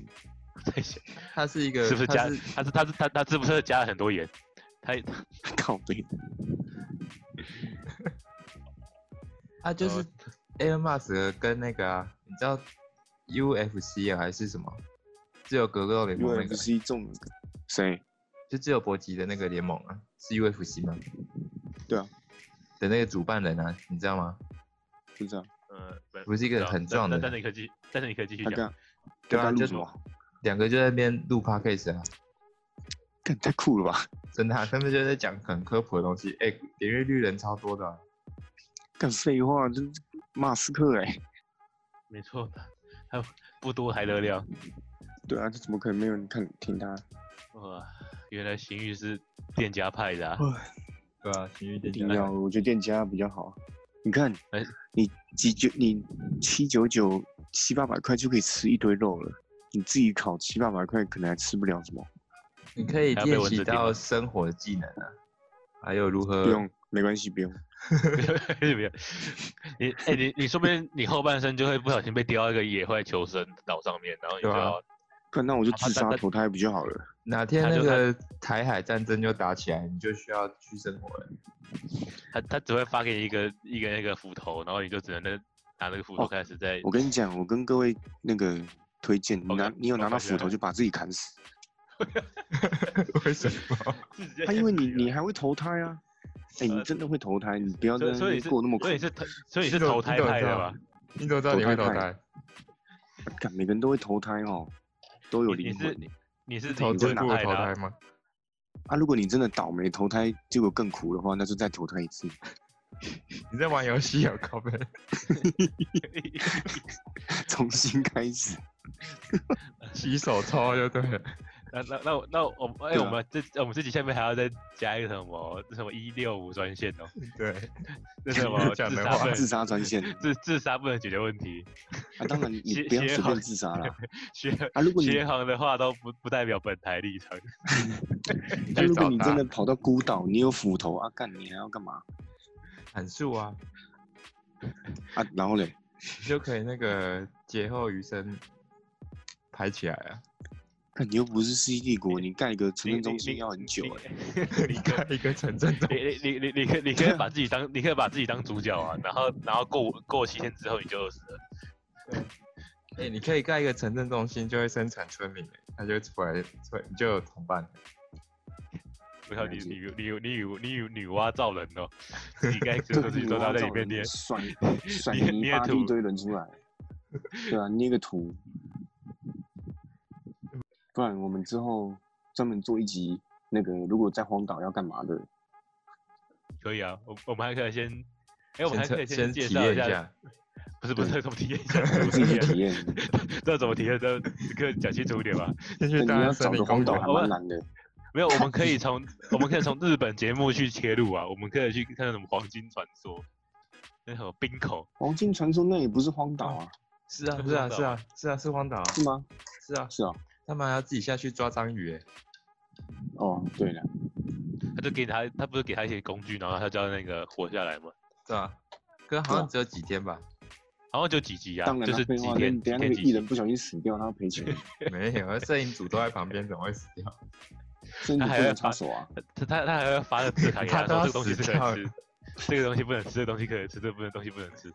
A: 在 想
C: 他是一个，
A: 是不是
C: 他
A: 加
C: 是
A: 他是他是他他是不是加了很多盐？他
B: 靠背。
C: 他就是 Elon Musk 跟那个啊，你知道 UFC 啊还是什么自由格斗联盟那个，
B: UFC 中谁？
C: 就自由搏击的那个联盟啊，是 UFC 吗？
B: 对啊。
C: 的那个主办人啊，你知道吗？
B: 不知道
A: 呃
C: 不是一个很壮的
A: 但但但是你可以继续，但是你可以继续
B: 他
A: 讲。
B: 干
C: 对
B: 他
C: 啊，
B: 干录
C: 就
B: 什么？
C: 两个就在那边录 podcast 啊，
B: 干太酷了吧！
C: 真的啊、他们就在讲很科普的东西。哎，点阅率人超多的啊、
B: 干废话，这马斯克哎、
A: 没错，他不多还得了。
B: 对啊，这怎么可能没有人看听他？
A: 哇，原来邢玉是店家派的、啊，
C: 对啊，情欲
B: 一
C: 店
B: 定
C: 家
B: 要，我觉得店家比较好。你看，
A: 哎
B: 你几九你七九九七八百块就可以吃一堆肉了，你自己烤七八百块可能还吃不了什么。
C: 你可以
A: 还要被
C: 练
A: 蚊
C: 习
A: 子叮
C: 到
A: 吗
C: 生活技能啊，还有如
A: 呃
B: 不
C: 何
B: 用，没关系，不用。
A: 没有，你哎、你你说不定你后半生就会不小心被丢到一个野外求生岛上面，然后你就
C: 对啊
A: 要、
B: 看，那我就
A: 好吧
B: 自
A: 但
B: 杀
A: 但
B: 投胎不就好了？
C: 哪天
A: 他
C: 那
A: 就
C: 个台海战争就打起来，你就需要去生活 了。
A: 他他只会发给你一个一个那个斧头，然后你就只能那拿那个斧头
B: 哦
A: 开始在、
B: 我跟你讲，我跟各位那个推荐，你
A: 我
B: 拿
A: 感
B: 你有
A: 我
B: 拿到
A: 感觉
B: 斧头
A: 还
B: 就把自己砍死，
C: 为什 么？
A: 自己在
B: 啊，因为你你还会投胎啊。哎、你
A: 呃
B: 真的会投胎，你不要
A: 所以
B: 在那
A: 所以
B: 边
A: 你是
B: 过那么苦
A: 所以。你是投所以你是
C: 你懂
A: 投
C: 你
A: 胎
C: 懂
A: 派
C: 这
A: 的
C: 样
A: 吧？
C: 你怎么知道你会投
B: 投胎
C: 胎？
B: 干，每个人都会投胎哦，都有
A: 你
B: 灵
A: 是
B: 魂。
A: 你是
C: 投
A: 灵
C: 自
A: 魂
C: 部
A: 派
C: 投
A: 的啊、
C: 胎吗？
B: 啊，如果你真的倒霉投胎，结果更苦的话，那就再投胎一次。
C: 你在玩游戏哦，靠背。
B: 重新开 始。
C: 洗手抽就对了。
A: 那那那我那我们哎、
B: 对啊
A: 我们这我们这集下面还要再加一个什么什么一六五专线哦，
C: 对，
A: 这是什么
C: 讲
A: 自
C: 人
A: 杀
C: 话
A: 不能
B: 自杀专线
A: 自自杀不能解决问题，
B: 啊，当然你
A: 写
B: 不要
A: 写
B: 随
A: 好
B: 便自杀啦。
A: 学
B: 啊，如果你
A: 学行的话都不不代表本台立场。
C: 你
B: 那
C: 去
B: 如果
C: 找
B: 你
C: 他
B: 真的跑到孤岛，你有斧头啊，干你还要干嘛
C: 砍树啊，
B: 啊？然后嘞，
C: 你就可以那个劫后余生拍起来啊。
B: 看你又不是世纪帝国，你盖一个城
A: 你
B: 镇中心要很久哎、
A: 你
C: 你
A: 你
C: 看一个城镇 中
A: 你你你你你可以你可以把自己当你可以把自己当主角啊，然后然后过过七天之后你就死了。
C: 哎、你可以盖一个城镇中心，就会生产村民了，他就会出来，出来你就有同伴了。
A: 我靠，
B: 了
A: 你
B: 解
A: 你你有你有你有女娲造人 哦，自己该做的自己都
B: 挖
A: 要在
B: 造
A: 里面
B: 人
A: 捏。
B: 甩甩
A: 捏
B: 泥
A: 捏
B: 巴
A: 土
B: 一堆人出 来，对啊，捏个图，不然我们之后专门做一集那个，如果在荒岛要 干嘛的，
A: 可以啊，我我们还可以先，哎、我们还
C: 先
A: 可以
C: 测先
A: 介
C: 体
A: 绍
C: 验
A: 一
C: 一
A: 下，
C: 下，
A: 不是不是，怎么体验一下？怎么
B: 自己
A: 体
B: 的体
A: 验？
B: 验。
A: 这怎么体验？这可以讲清楚一点吧。
C: 先去
B: 对，你
C: 大
B: 要找
C: 安森
B: 个
C: 林
B: 荒
C: 公
B: 岛
C: 园
B: 还。
A: 我
B: 蛮难的。
A: 没有，我们可以从我们可以从日本节目去切入啊，我们可以去看什么黄金传说，那什么冰口，
B: 黄金传说那也不是荒岛啊，
C: 是啊，是啊，是啊，是啊，是荒岛啊，
A: 哦
B: 是吗？
C: 是啊，
B: 是啊，
C: 他们还要自己下去抓章鱼、欸，
B: 哦，对了，
A: 他就给他，他不是给他一些工具，然后他就要那个活下来嘛。
C: 是啊，可好像只有几天吧？
A: 好像就几集啊，
B: 当然
A: 就
B: 啦
A: 是
B: 废
A: 几
B: 话，那
A: 天，
B: 等
A: 几
B: 下那
A: 天
B: 个
A: 几
B: 艺
A: 集
B: 人不小心死掉，他要 赔钱，
C: 没有，摄影组都在旁边，怎么会死掉？
B: 所以你
A: 他
B: 不
A: 还要
B: 能插
A: 把
B: 手啊。
A: 他他他还会发个字卡给他
C: 他都
A: 说
C: 要
A: 这个东西
C: 死
A: 不能吃这个东西不能
C: 掉了，
A: 吃，这个东西可以吃，这个不能东西不能吃。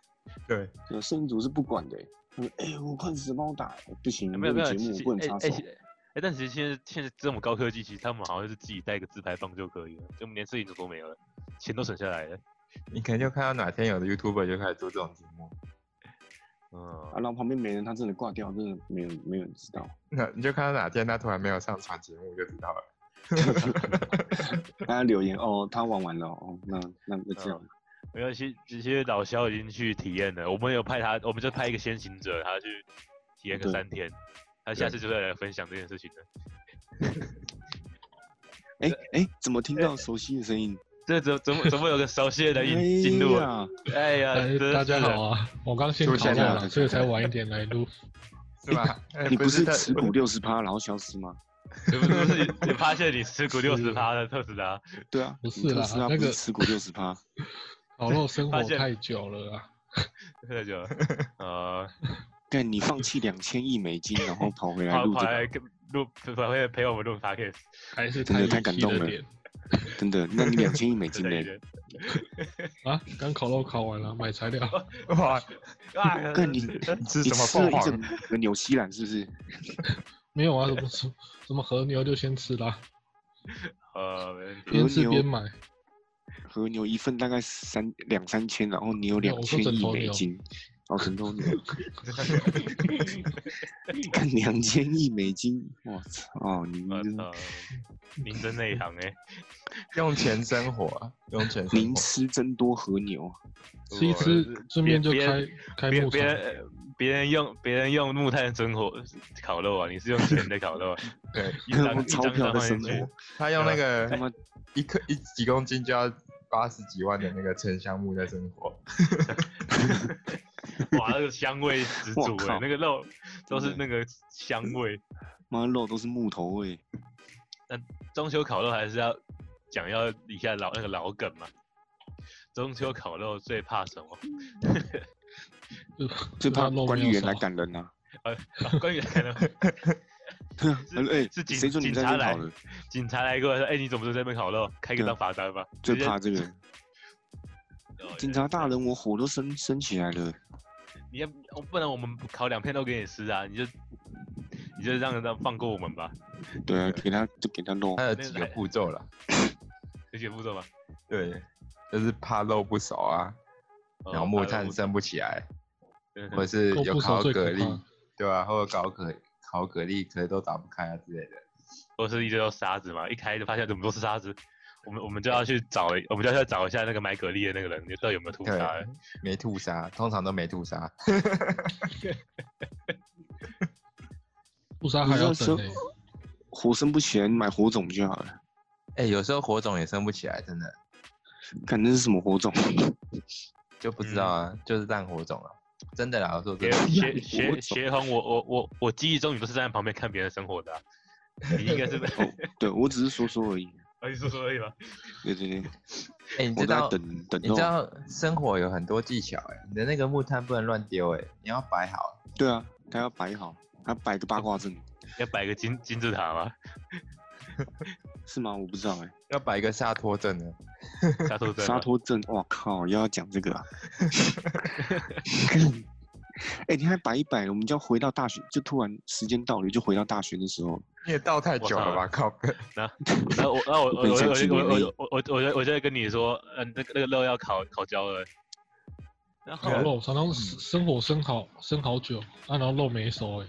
C: 对，
B: 有摄影组是不管的、欸，他说：“哎、我快死，帮我打。”不行，
A: 没有没有，
B: 这个
A: 其
B: 节目我
A: 实
B: 不能
A: 哎
B: 插手
A: 哎。其哎，但其实现在现在这么高科技，其实他们好像是自己带一个自拍棒就可以了，就连摄影组都没有了，钱都省下来了。
C: 你可能就看到哪天有的 YouTuber 就开始做这种节目，
B: 啊，
A: 嗯，
B: 然后旁边没人，他真的挂掉，真的没有没有人知道。
C: 那你就看到哪天他突然没有上传节目就知道了。
B: 大家留言哦，他玩完了哦，那那那这样，
A: 没关系，这些老肖已经去体验了，我们有派他，我们就派一个先行者，他去体验个
B: 对
A: 三天，他下次就会来分享这件事情了。
B: 哎、哎、怎么听到熟悉的声音？
A: 这怎怎么怎么有个熟悉的 人
B: 哎
A: 引进入了？
B: 呀
A: 哎呀，
D: 哎
A: 真，
D: 大家
A: 是的
D: 好啊！我刚先
C: 出
D: 考
C: 现
D: 到
B: 了
D: 了，所以才晚一点来录。
C: 是吧？哎
B: 你不是
C: 在
B: 持股六十趴然后消失吗？
A: 是不是不是你发现你持 股六十
D: 是
A: 趴的特斯拉？
B: 对啊，
D: 不
B: 你
D: 是啦
B: 特斯拉
D: 那
B: 不是
D: 个
B: 持股六十趴，
D: 烤肉生
A: 发
D: 活
A: 现
D: 太久了啊！
A: 那就 呃，
B: 但你放弃两千亿美金，然后跑回来
A: 跑
B: 录
A: 跑
B: 这
A: 来
B: 个，
A: 跟录陪陪陪我们录 podcast，
D: 还是
B: 真的
D: 太
B: 太感
D: 气
B: 动
D: 了
B: 了
D: 点
B: 真的？那你两千亿美金
A: 真
B: 呢
A: 的？有 点
D: 啊！刚烤肉烤完了，买材料。
C: 哇，
A: 啊，
B: 干你
C: 你吃
B: 你
C: 什么
B: 吃了
C: 凤
B: 一
C: 凰
B: 整？个纽西兰是不是？
D: 没有啊，什么什什么和牛就先吃啦，
A: 呃，没问
D: 边
A: 题
D: 吃
B: 和牛
D: 边买。
B: 和牛一份大概三两三千，然后你有
D: 没有
B: 两
D: 我说
B: 千
D: 枕
B: 亿
D: 头
B: 美
D: 牛
B: 金，哦，枕头牛， 看 两千亿美金，我操，你
A: 我
B: 这
A: 操，您真内行哎，
C: 用钱生活啊，用钱生
B: 您
C: 活。
B: 吃真多和牛，啊
D: 吃一吃，顺便就
A: 别
D: 开开
A: 别
D: 牧场
A: 别。人别人用别人用木炭生活烤肉啊，你是用钱在 烤肉啊，
C: 对，
A: 一张
B: 用
A: 一
B: 钞
A: 张
B: 票
A: 账
B: 在
A: 放进
B: 生
A: 去
B: 活，
C: 他用那
B: 他
C: 个
B: 妈
C: 一克一几公斤就要八十几万的那个沉香木在生活，
A: 哇，那个香味十
B: 我
A: 足哎
B: 靠，嗯
A: 那个肉都是
B: 真的
A: 那个香味。
B: 妈肉都是木头味，
A: 中秋烤肉还是要讲要一下老那个老梗嘛。中秋烤肉最怕什么？
D: 就就
B: 最
D: 怕
B: 怕
D: 呃肉
B: 管
D: 没
B: 理
D: 有
B: 员
D: 少
B: 来赶人啊！
A: 呃，关于
B: 对啊，
A: 是
B: 哎，
A: 是警
B: 谁准你
A: 警
B: 在
A: 察
B: 这边
A: 来
B: 烤的？
A: 警察来过来说，哎、你怎么在这边烤肉？开个
B: 对啊
A: 张罚单吧。
B: 最
A: 直接
B: 怕这个
A: 哦
B: 警察大人，我火都升升起来了，
A: 你要哦不然我们烤两片都给你吃啊，你就你就让让放过我们吧，
B: 对啊，给他就给他弄
C: 他，有几个步骤了。
A: 有些步骤吧。
C: 对，就是怕肉不熟啊，
A: 哦
C: 然后木炭，升不嗯起来，
A: 嗯
C: 或者是
D: 肉
C: 有
D: 不熟
C: 烤
D: 最
C: 蛤
D: 可
C: 蜊
D: 怕，。
C: 对啊，或者烤蛤烤蛤蜊壳都打不开啊之类的。
A: 都是一堆都沙子嘛，一开就发现怎么都是沙子，我们我们就要去找，我们就要去找一下那个买蛤蜊的那个人到底有没有吐
C: 对
A: 沙了。
C: 没吐沙，通常都没吐沙。
D: 不杀还要欸等呢、
B: 火生不起来，你买火种就好了。
C: 哎、有时候火种也升不起来，真的
B: 看那是什么火种？
C: 就不知道啊，就是烂火种啊，真的啦，我说真
A: 学
C: 的。
A: 学
B: 我
A: 学
B: 懂
A: 学红，我我我我记忆中你都是站在旁边看别人生活的啊、你应该是
B: 哦对我只是说说而已。
A: 啊，你说说而已吧。
B: 对对对，
C: 哎、你
B: 我
C: 知
B: 在
C: 道
B: 等等
C: 你知
B: 候。
C: 道生火有很多技巧哎、你的那个木炭不能乱丢哎，你要摆好。
B: 对啊，他要摆好，他摆个八卦阵
A: 要摆个金金字塔吗？
B: 是吗？我不知道哎、
C: 要摆一个沙托阵呢，
A: 沙头镇
B: 沙
A: 吗，
B: 托阵，哇靠，又要讲这 个啊！哎、你还摆一摆，我们就要回到大学，就突然时间到了，就回到大学的时候。
C: 你也倒太
A: 我
C: 久了
A: 操
C: 吧，靠！
A: 然后我然后我我
B: 我跟
A: 我
B: 你讲几
A: 我
B: 年内
A: 我我我我我我就会跟你说，嗯，那个那个肉要烤烤焦了。然后
D: 烤肉常常生生火生好生好久，啊，然后肉没熟哎、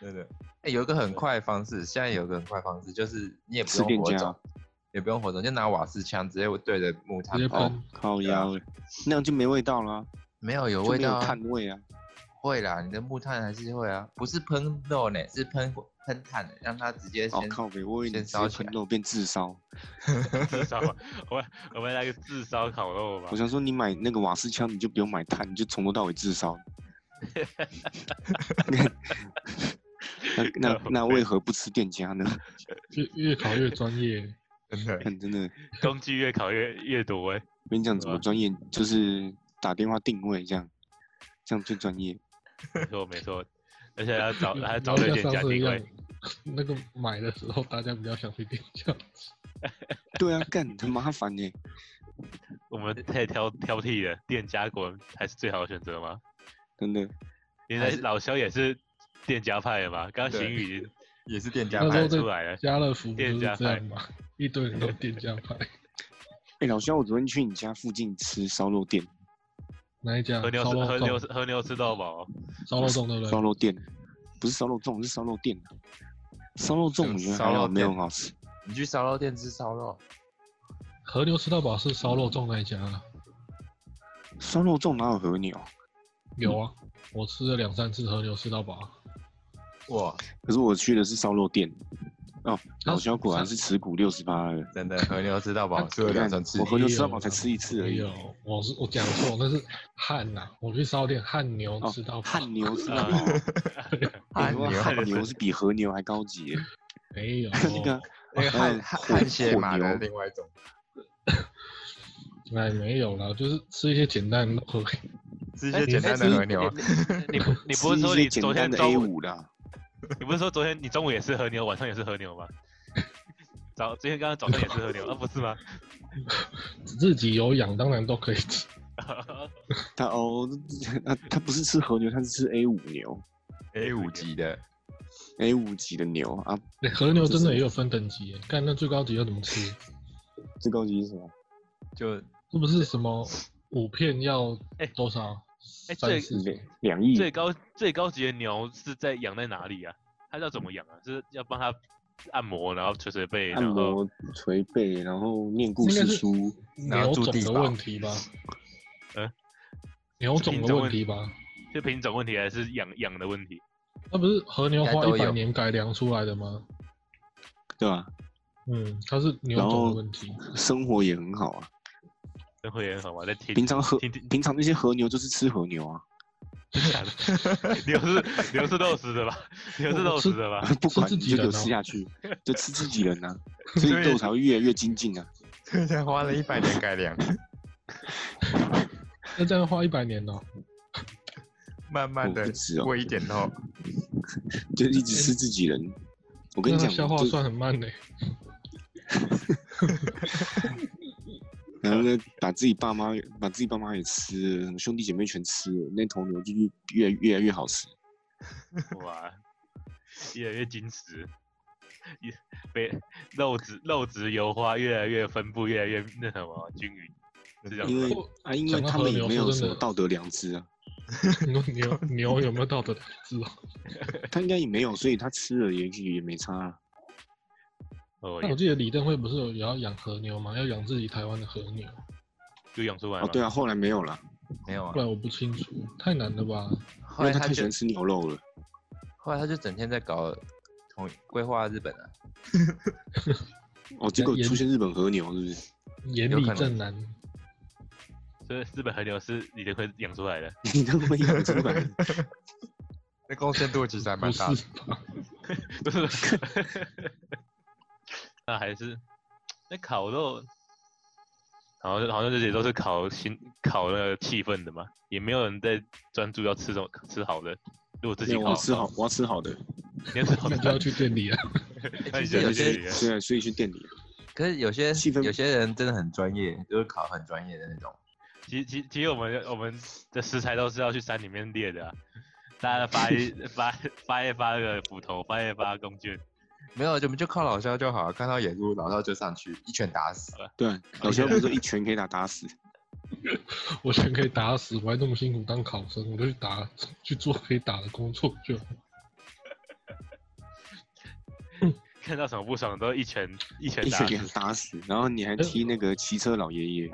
C: 对的。哎、有一个很快的方式，现在有一个很快的方式，就是你也不
B: 吃
C: 用
B: 店
C: 火
B: 家
C: 种，也不用火种，就拿瓦斯枪直接对着木炭
D: 直接喷。
C: 爆
B: 哦，靠腰、欸，那样就没味道了啊、
C: 没有啊有
B: 就
C: 味
B: 没有
C: 道、啊，
B: 碳味啊。
C: 会啦，你的木炭还是会啊，不是喷肉呢，是喷火喷炭呢，让它直接
B: 哦
C: 先。
B: 靠北，我以为
C: 先
B: 你直
C: 烧
B: 接
C: 起
B: 喷
C: 来
B: 肉变自烧。
A: 自烧吧， 我们我们来个自烧烤肉吧
B: 我。想说，你买那个瓦斯枪，你就不用买炭，你就从头到尾自 烧。那
C: 啊
B: 那那为何不吃店家呢？
D: 越越烤越专业、欸
C: 真的，
B: 看真的，
A: 工具越烤越越多哎、
B: 我跟你讲，怎么
A: 对啊
B: 专业就是打电话定位这样，这样最专业。
A: 没错没错，而且还要找还要
D: 嗯然
A: 找
D: 后
A: 对
D: 像
A: 店
D: 上
A: 家
D: 次一
A: 定
D: 样
A: 位，，
D: 那个买的时候大家比较想去店 家，
B: 对啊，干很麻烦呢。
A: 我们太挑挑剔了，店家果然还是最好的选择吗？
B: 真的，
A: 原
C: 还
A: 来
C: 是
A: 老肖也是店家派的嘛，刚刚
C: 对
A: 邢宇 已经
C: 也是店家
D: 那时
A: 派
D: 候
C: 派
D: 在
C: 的。
A: 出来了，
D: 家乐福不
A: 哎店
D: 是
A: 家
D: 这样嘛，一堆人都店家派，
B: 哎、老肖，我昨天去你家附近吃烧肉店，
D: 哪一家
A: 和牛
D: 烧
A: 吃
D: 肉
A: 和牛
D: 粽？
A: 吃和牛吃到饱哦，
D: 烧肉粽对不
B: 烧
D: 对？
B: 肉店不是烧肉粽，是烧肉店。啊烧肉粽我觉得还
C: 烧
B: 好，
C: 肉
B: 没有
C: 店
B: 很好吃。
C: 你去烧肉店吃烧肉，
D: 和牛吃到饱是烧肉粽那一家啊，
B: 烧肉粽哪有和牛？
D: 有啊，我吃了两三次和牛吃到饱啊。
C: 哇，
B: 可是我去的是烧肉店。哦，老
D: 啊
B: 肖果然是持股六十八的。
C: 真的和牛吃到饱，吃了
B: 你
C: 啊两
B: 看
C: 三次
B: 我。和牛吃到
D: 没有
B: 饱才吃一次而
D: 没
B: 已。
D: 有，我是我讲错，那是汉呐、我去烧店汉牛
B: 哦
D: 吃到，饱、
B: 汉牛吃到
A: 啊
B: 饱，汉
C: 汉
B: 牛
C: 牛
B: 汉牛是比和牛还高级欸耶。
D: 没有
B: 那个
C: 那
B: 呃
C: 个汗
B: 火
C: 汗血
B: 火
C: 马的
B: 牛
C: 另外一 种，
D: 哎没有啦，就是吃一些简单的肉而已。
C: 吃一
A: 哎
C: 些
A: 你
C: 简单的和牛啊。
A: 你你不你不是
B: 吃一
A: 说
B: 些
A: 你
B: 简
A: 昨
B: 单
A: 天
B: 的
A: 中
B: A
A: 午
B: 五的？啊
A: 你不是说昨天你中午也吃和牛，晚上也是和 牛吗？早今天刚刚早上也是和牛啊，不是吗？
D: 自己有养当然都可以吃。
B: 他哦，他他不是吃和牛，他是吃 A 五牛
C: ，A 五级的，
B: ，A 五级的牛啊。
D: 哎和牛真的也有分等级耶，看那最高级要怎么吃？是
B: 最高级是什么？
C: 就
D: 不是什么五片要
A: 哎
D: 多少？
A: 哎
D: 三
A: 最
D: 四
B: 两两亿。
A: 最高最高级的牛是在养在哪里啊？它要怎么养啊？是要帮它按摩，然后捶捶背，
B: 按
A: 然后
B: 摩、捶背，然后念故
D: 应该
B: 事
D: 是
B: 书。
C: 然后
D: 牛
C: 住
D: 种
C: 地
D: 的
C: 堡
D: 问题吧？
A: 呃，
D: 牛种的问题吧？
A: 是品种问题还是养养的问题？
D: 那不是和牛
C: 应该
D: 花
C: 都
D: 一百
C: 有
D: 年改良出来的吗？
B: 对吧？
D: 嗯，它是牛
B: 然
D: 种
B: 后
D: 的问题。
B: 生活也很好啊。
A: 真会很好玩，在听
B: 平常和
A: 听听
B: 平常那些和牛就是吃和牛啊，
A: 真假的牛是牛是肉食的 吧？牛是肉食的吧？
B: 不管
D: 自
B: 你
D: 己
B: 就给我
D: 人哦
B: 吃下去，就吃自己人 啊，所以肉才会越来越精进啊。
C: 这才花了一百年改良，
D: 那这样花一百年哦、
C: 慢慢
B: 我
C: 的
B: 不知哦
C: 喂一点肉，
B: 就一直吃自己人。我
D: 我
B: 跟你讲，
D: 消化
B: 就
D: 算很慢呢、
B: 然后呢，把自己爸妈把自己爸妈也吃了，什么兄弟姐妹全吃了，那头牛就越越来越来越好吃。
A: 哇，越来越精实，也被肉质肉质油花越来越分布越来越那什么均匀，是这样
B: 因
A: 子
B: 为
A: 吗。
B: 啊，因为
D: 讲到
B: 他
D: 和
B: 们也
D: 牛
B: 没
D: 说
B: 有
D: 真
B: 什么
D: 的
B: 道德良知啊，
D: 你说牛牛有没有道德良知哦？
B: 他应该也没有，所以他吃了也也没差、啊。
A: 哦，
D: 但我记得李登辉不是有也要养和牛吗？要养自己台湾的和牛，
A: 有养出来
B: 哦
A: 吗？，
B: 对啊，后来没有了，
C: 没有啊
D: 不。然我不清楚，太难了吧？
B: 因
C: 后
B: 为
C: 来
B: 他
C: 他
B: 太喜
C: 就
B: 欢吃牛肉了。
C: 后来他就整天在搞统规划日本啊，
B: 哦，结果
D: 盐
B: 出现日本和牛，是不是？
D: 眼
C: 有
D: 里
C: 可能
D: 正南，
A: 所以日本和牛是李登辉养出来的。
B: 你都会养出 来？
C: 那贡献度其实还
D: 不
C: 蛮
D: 是
C: 大的。
D: 吧？
A: 不是，那还是那烤肉，好像好像这些都是烤心烤那个气氛的嘛，也没有人在专注要吃什么吃好的。如果自己
B: 没有我
A: 烤
B: 要吃好，，我要吃好的。
A: 你要吃好
D: 那就要
A: 的，
D: 去店里啊。
A: 那你
C: 其
A: 就
C: 实有
A: 去
C: 些，
B: 对啊，所以去店里。
C: 可是有些
B: 气氛
C: 有些人真的很专业，就是考很专业的那种。
A: 其实其实其实我们我们的食材都是要去山里面猎的、啊，大家发 一发发一发那个斧头，发一发弓箭，
C: 没有，我们就靠老肖就好了，看到野猪老肖就上去一拳打死。
B: 对啊，
A: 好
B: 老
A: 厉
B: 肖
A: 害
B: 不是说一拳可以打打死？
D: 我全可以打死，我还那么辛苦当考生，我就去打去做可以打的工作就好。
A: 看到什么不爽都一拳一拳
B: 一
A: 打
B: 拳给他
A: 死。
B: 打死，然后你还踢那个骑车老爷爷。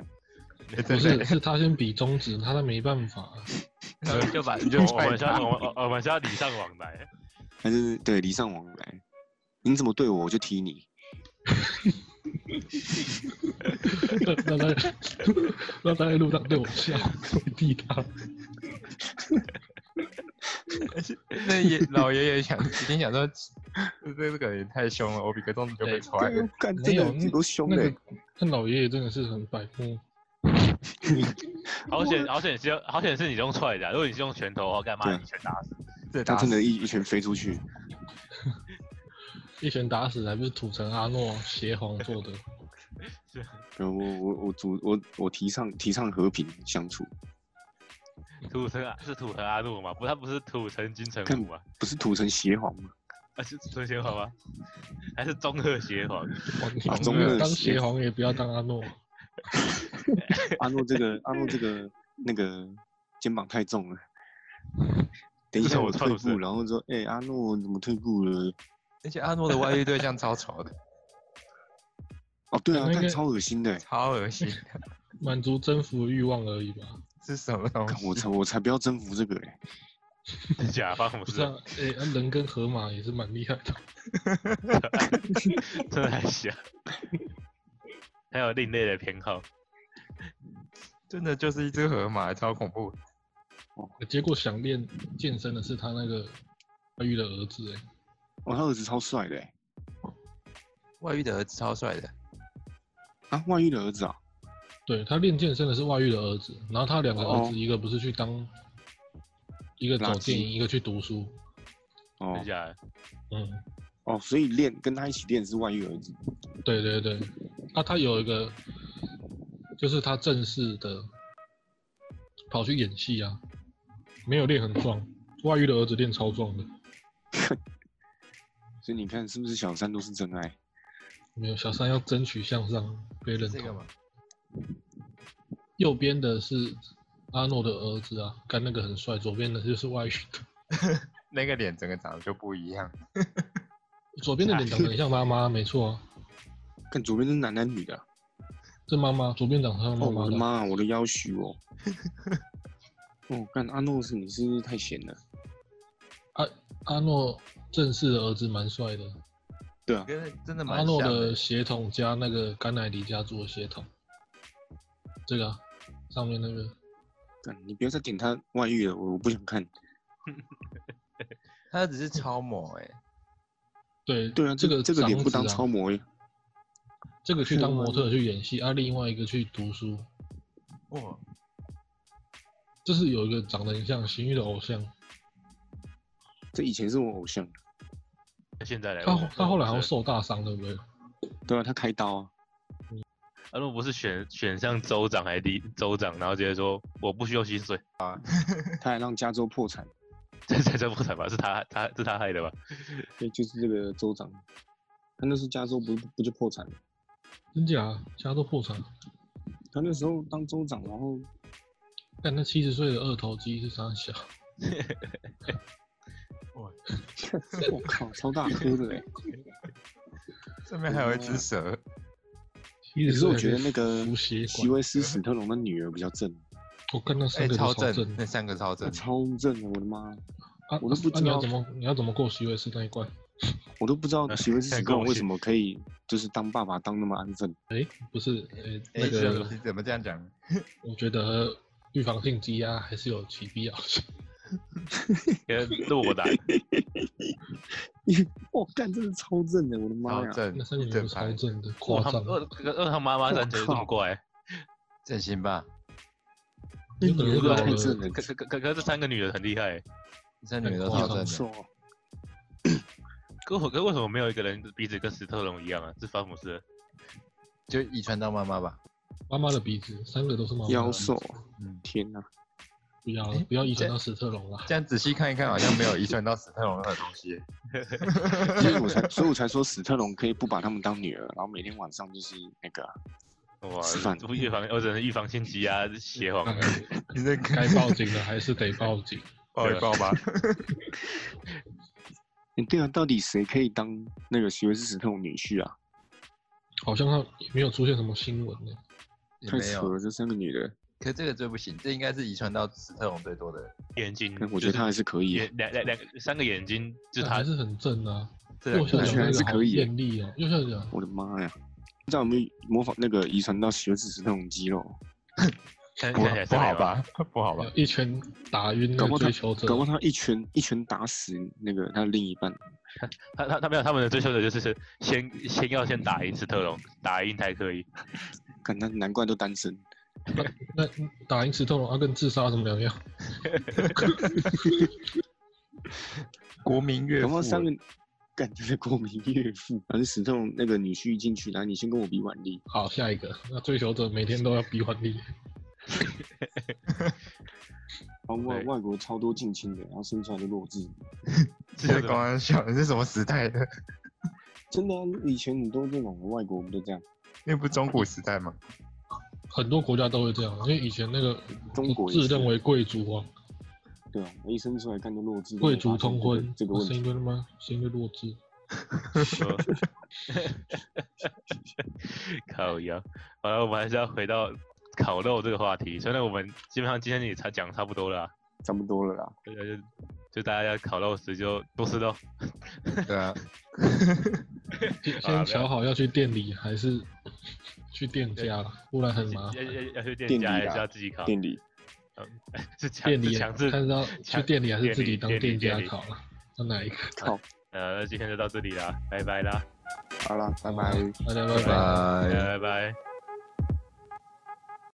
D: 不是，是他先比中指，他他没办法。啊
A: 就把 就我们需要我们我们需要礼尚往来，
B: 还是对礼尚往来。你怎么对我，我就踢你。
D: 让他让他在路上对我笑，我地他。
C: 那爷老爷爷想已经想说，这这个也太凶了，我比个粽子就被
D: 对
C: 踹了。
B: 干
D: 没
B: 真
D: 有
B: 的有多凶
D: 啊那
B: 的
D: 个，那老爷爷真的是很白目。
A: 好险好险是好险是你用踹的啊、如果你是用拳头的话，干嘛
B: 对啊
A: 一拳打死？
C: 对，
B: 他
C: 打
B: 真
C: 死
B: 的一一拳飞出去。
D: 一拳打死，还不是土城阿诺邪皇做的？
B: 对我我我主我我提倡提倡和平相处，
A: 土城啊是土城阿诺吗？不，他不是土城金城武吗？
B: 不是屠城邪皇吗？
A: 啊是土城邪皇吗？还是中二邪皇？
D: 哇你
B: 啊
A: 中二
D: 当
B: 邪
D: 邪皇也不要当阿诺。
B: 阿诺这个阿诺这个那个肩膀太重了。等一
A: 这是
B: 下
A: 我
B: 我
A: 错
B: 退
A: 是不
B: 步，
A: 是
B: 然后说，哎、阿诺怎么退步了？
C: 而且阿诺的外遇对象超丑的，
B: 哦，对啊，
D: 那
B: 看
D: 个哦
B: 超恶心的欸，
C: 超恶心，
D: 满足征服欲望而已吧。
C: 是什么东
B: 看
C: 西？
B: 我才我才不要征服这个哎、
A: 真假发
D: 不
A: 我是
D: 是啊，哎、啊人跟河马也是蛮厉害的。
A: 真的还行。还有另类的偏好，
B: 哦
C: 真的就是一只河马，超恐怖。
D: 结果想练健身的是他那个外遇的儿子、哎，
B: 哦，他儿子超帅的哎、
C: 外遇的儿子超帅的，
B: 啊，外遇的儿子啊，
D: 对他练健身的是外遇的儿子，然后他两个儿
B: 哦
D: 子，一个不是去当，一个走
B: 垃圾
D: 电影，一个去读书。
A: 真
B: 哦
A: 假的？
D: 嗯，
B: 哦，所以练跟他一起练是外遇儿子，
D: 对对对，啊，他有一个，就是他正式的跑去演戏啊，没有练很壮，外遇的儿子练超壮的，
B: 所以你看是不是小三都是真爱？
D: 没有小三要争取向上被认
C: 这个
D: 同。
C: 嘛，
D: 右边的是阿诺的儿子啊，干那个很帅，左边的就是外遇的，
C: 那个脸整个长得就不一样。
D: 左边的脸长得很像妈妈，没错啊，
B: 看左边是男男女的啊、
D: 这妈妈，左边长得像
B: 哦，
D: 妈
B: 我
D: 妈
B: 的
D: 的啊，
B: 妈啊，我的腰虚 哦。哦，看阿诺是你是不是太闲了？
D: 阿诺正式的儿子蛮帅的，
B: 对啊，
C: 跟真的蛮
D: 阿诺
C: 像
D: 的血统加那个甘乃迪家族的血统，这个啊、上面那个
B: 干你不要再点他外遇了，我我不想看。
C: 他只是超模哎、
D: 对
B: 对啊，
D: 这个
B: 这个脸
D: 长
B: 不
D: 子
B: 当
D: 啊
B: 超模耶，
D: 这个去
B: 是
D: 当模
B: 吗
D: 特去演戏，啊，另外一个去读书，
C: 哇，
D: 这是有一个长得很像邢玉的偶像，
B: 这以前是我偶像。
A: 那现
C: 哎
A: 在来
D: 他
A: 问
D: 后
A: 我，
D: 他后来好像
A: 是
D: 受大伤，对不对？
B: 对啊，他开刀啊。
A: 阿诺不是选选上州长还是里州长，然后直接说我不需要薪水，
B: 他还让加州破产。
A: 这这这不惨吧？是他他是他害的吧？
B: 对，就是这个州长，他那时候加州不不就破产了？
D: 真假？家都破产。
B: 他那时候当州长，然 后
D: 但那七十岁的二头肌是啥小？
B: 我靠，超大颗的哎、
C: 上面还有一只蛇，
B: 可是我觉得那个
D: 毒血
B: 席
D: 管，
B: 维斯·史特龙的女儿比较正，
D: 我看那
C: 哎、
D: 三个都
C: 超
D: 超
C: 正
D: 正，
C: 那三个超
B: 那
C: 正，
B: 超正的，我的妈！
D: 啊，
B: 我都不知
D: 啊
B: 道
D: 你要怎么你要怎么过席位是那一关？
B: 我都不知道 席维斯·史特
A: 跟
B: 龙
A: 我
B: 为
A: 去
B: 什么可以就是当爸爸当那么安分。
D: 不是，呃、
C: 哎、
D: 那
C: 这
D: 个
C: 你怎么这样讲？
D: 我觉得预防性积压还是有其必要性。
A: 也 我打，
B: 我干，真的超正的，我的妈
C: 超
B: 呀！
C: 正
D: 那三个，女
C: 正
D: 的超
C: 牌，
D: 正的，
A: 我
D: 夸
A: 他
D: 张。
A: 二二他妈妈站起来这么怪，
C: 正心吧？
B: 那
D: 有可能
B: 女
D: 是老
B: 的太正
D: 了，
B: 了，
A: 可可可可可这三个女的很厉害，
C: 这女的都
D: 夸
C: 超
D: 张
B: 好
C: 正的，
B: 爽哦！
A: 可我可为什么没有一个人鼻子跟史特龙一样啊？是法姆斯的，
C: 就遗传到妈妈吧。
D: 妈妈的鼻子，三个都是妈妈的
B: 妖
D: 鼻子。
B: 兽，
C: 嗯，
B: 天哪！
D: 不要了
C: 哎
D: 不要遗
C: 这
D: 传到史特龙 了。
C: 这样仔细看一看，好像没有遗传到史特龙的东西。
B: 所以我才，所以我才说史特龙可以不把他们当女儿，然后每天晚上就是那个啊
A: 哇
B: 吃饭，
A: 预防哦我只能预防性积压邪皇
D: 看
A: 啊，
D: 来
C: 你这
D: 哎该报警的还是得报警。
C: 抱一抱吧。
B: 欸对啊，到底谁可以当那个席维斯·史特龙女婿啊？
D: 好像他也没有出现什么新闻呢、
C: 也
B: 太
C: 没
B: 扯
C: 有，嗯
B: 了，这三个女的，
C: 可这个最不行，这应该是遗传到史特龙最多的。
A: 眼睛
B: 但，我
A: 就
B: 觉得
A: 是
B: 她还是可以啊。
A: 眼两两两个三个眼睛，就
D: 但
A: 他
D: 还是很正啊。
C: 这
D: 右
C: 两
D: 下
C: 个
D: 角
B: 我觉得
D: 那
B: 还是
D: 个好
B: 可以耶
D: 艳丽哦，右下角
B: 我的妈呀！不知道有没有模仿那个遗传到席维斯·史特龙肌肉？
A: 看
C: 不
A: 看起来
C: 不
A: 三个人
C: 好
A: 吗？
C: 吧？ 不好吧？
D: 一拳打晕
B: 搞
D: 那
B: 不
D: 个
B: 好
D: 追
B: 他
D: 求者
B: 搞，不好他一拳一拳打死那个他的另一半。
A: 他他他没有，他们的追求者就是先先要先打赢斯特龙，打赢才可以。
B: 看他难怪都单身，
D: 那打赢史特龙，啊，跟自杀有什么两样？
C: 国民岳
B: 搞不
C: 父
B: 好，三
D: 欸
B: 个干这是国民岳父，还是史特龙那个女婿一进去，然后你先跟我比腕力，
D: 好，下一个，那追求者每天都要比腕力，
B: 然后外
A: 对
B: 外国超多近亲的，然后生出来的弱智。
A: 是
C: 这
A: 这
C: 个
A: 种
B: 啊
C: 光安笑，你是什么时代的？
B: 真的啊、以前很多这种的外国不都这样？
C: 那不是中古时代 吗？
D: 很多国家都会这样，因为以前那个
B: 中国也
D: 自
B: 是
D: 认为贵族啊，
B: 对啊，一生出来干就弱智。
D: 贵族通婚，啊
B: 这个问
D: 生一
B: 题，
D: 堆他妈生一堆弱智，
A: 说 烤鸭，好了，我们还是要回到烤肉这个话题。虽然我们基本上今天也才讲差不多了啊、
B: 差不多了啦。
A: 对啊，就就大家要烤肉时就多吃肉。
C: 对啊，
D: 先
A: 好啦
D: 先瞧好要去店里还是去店家啦，不然很麻
A: 要
D: 烦。
A: 要要去店
B: 店
A: 家
B: 里
A: 还
B: 啊
A: 是要自己烤？
B: 店 里
A: 是强
D: 店里
A: 是
D: 也
A: 强制
D: 看是要去
A: 强
D: 店里还是自己当
A: 店里
D: 店
A: 店
D: 家
A: 里
D: 考了，那哪一个？
B: 靠，
A: 呃，那今天就到这里啦，拜拜啦，
B: 好啦，拜拜。
D: 大家拜
A: 拜
C: 啊
D: 拜。
C: 呃
A: 大家拜拜。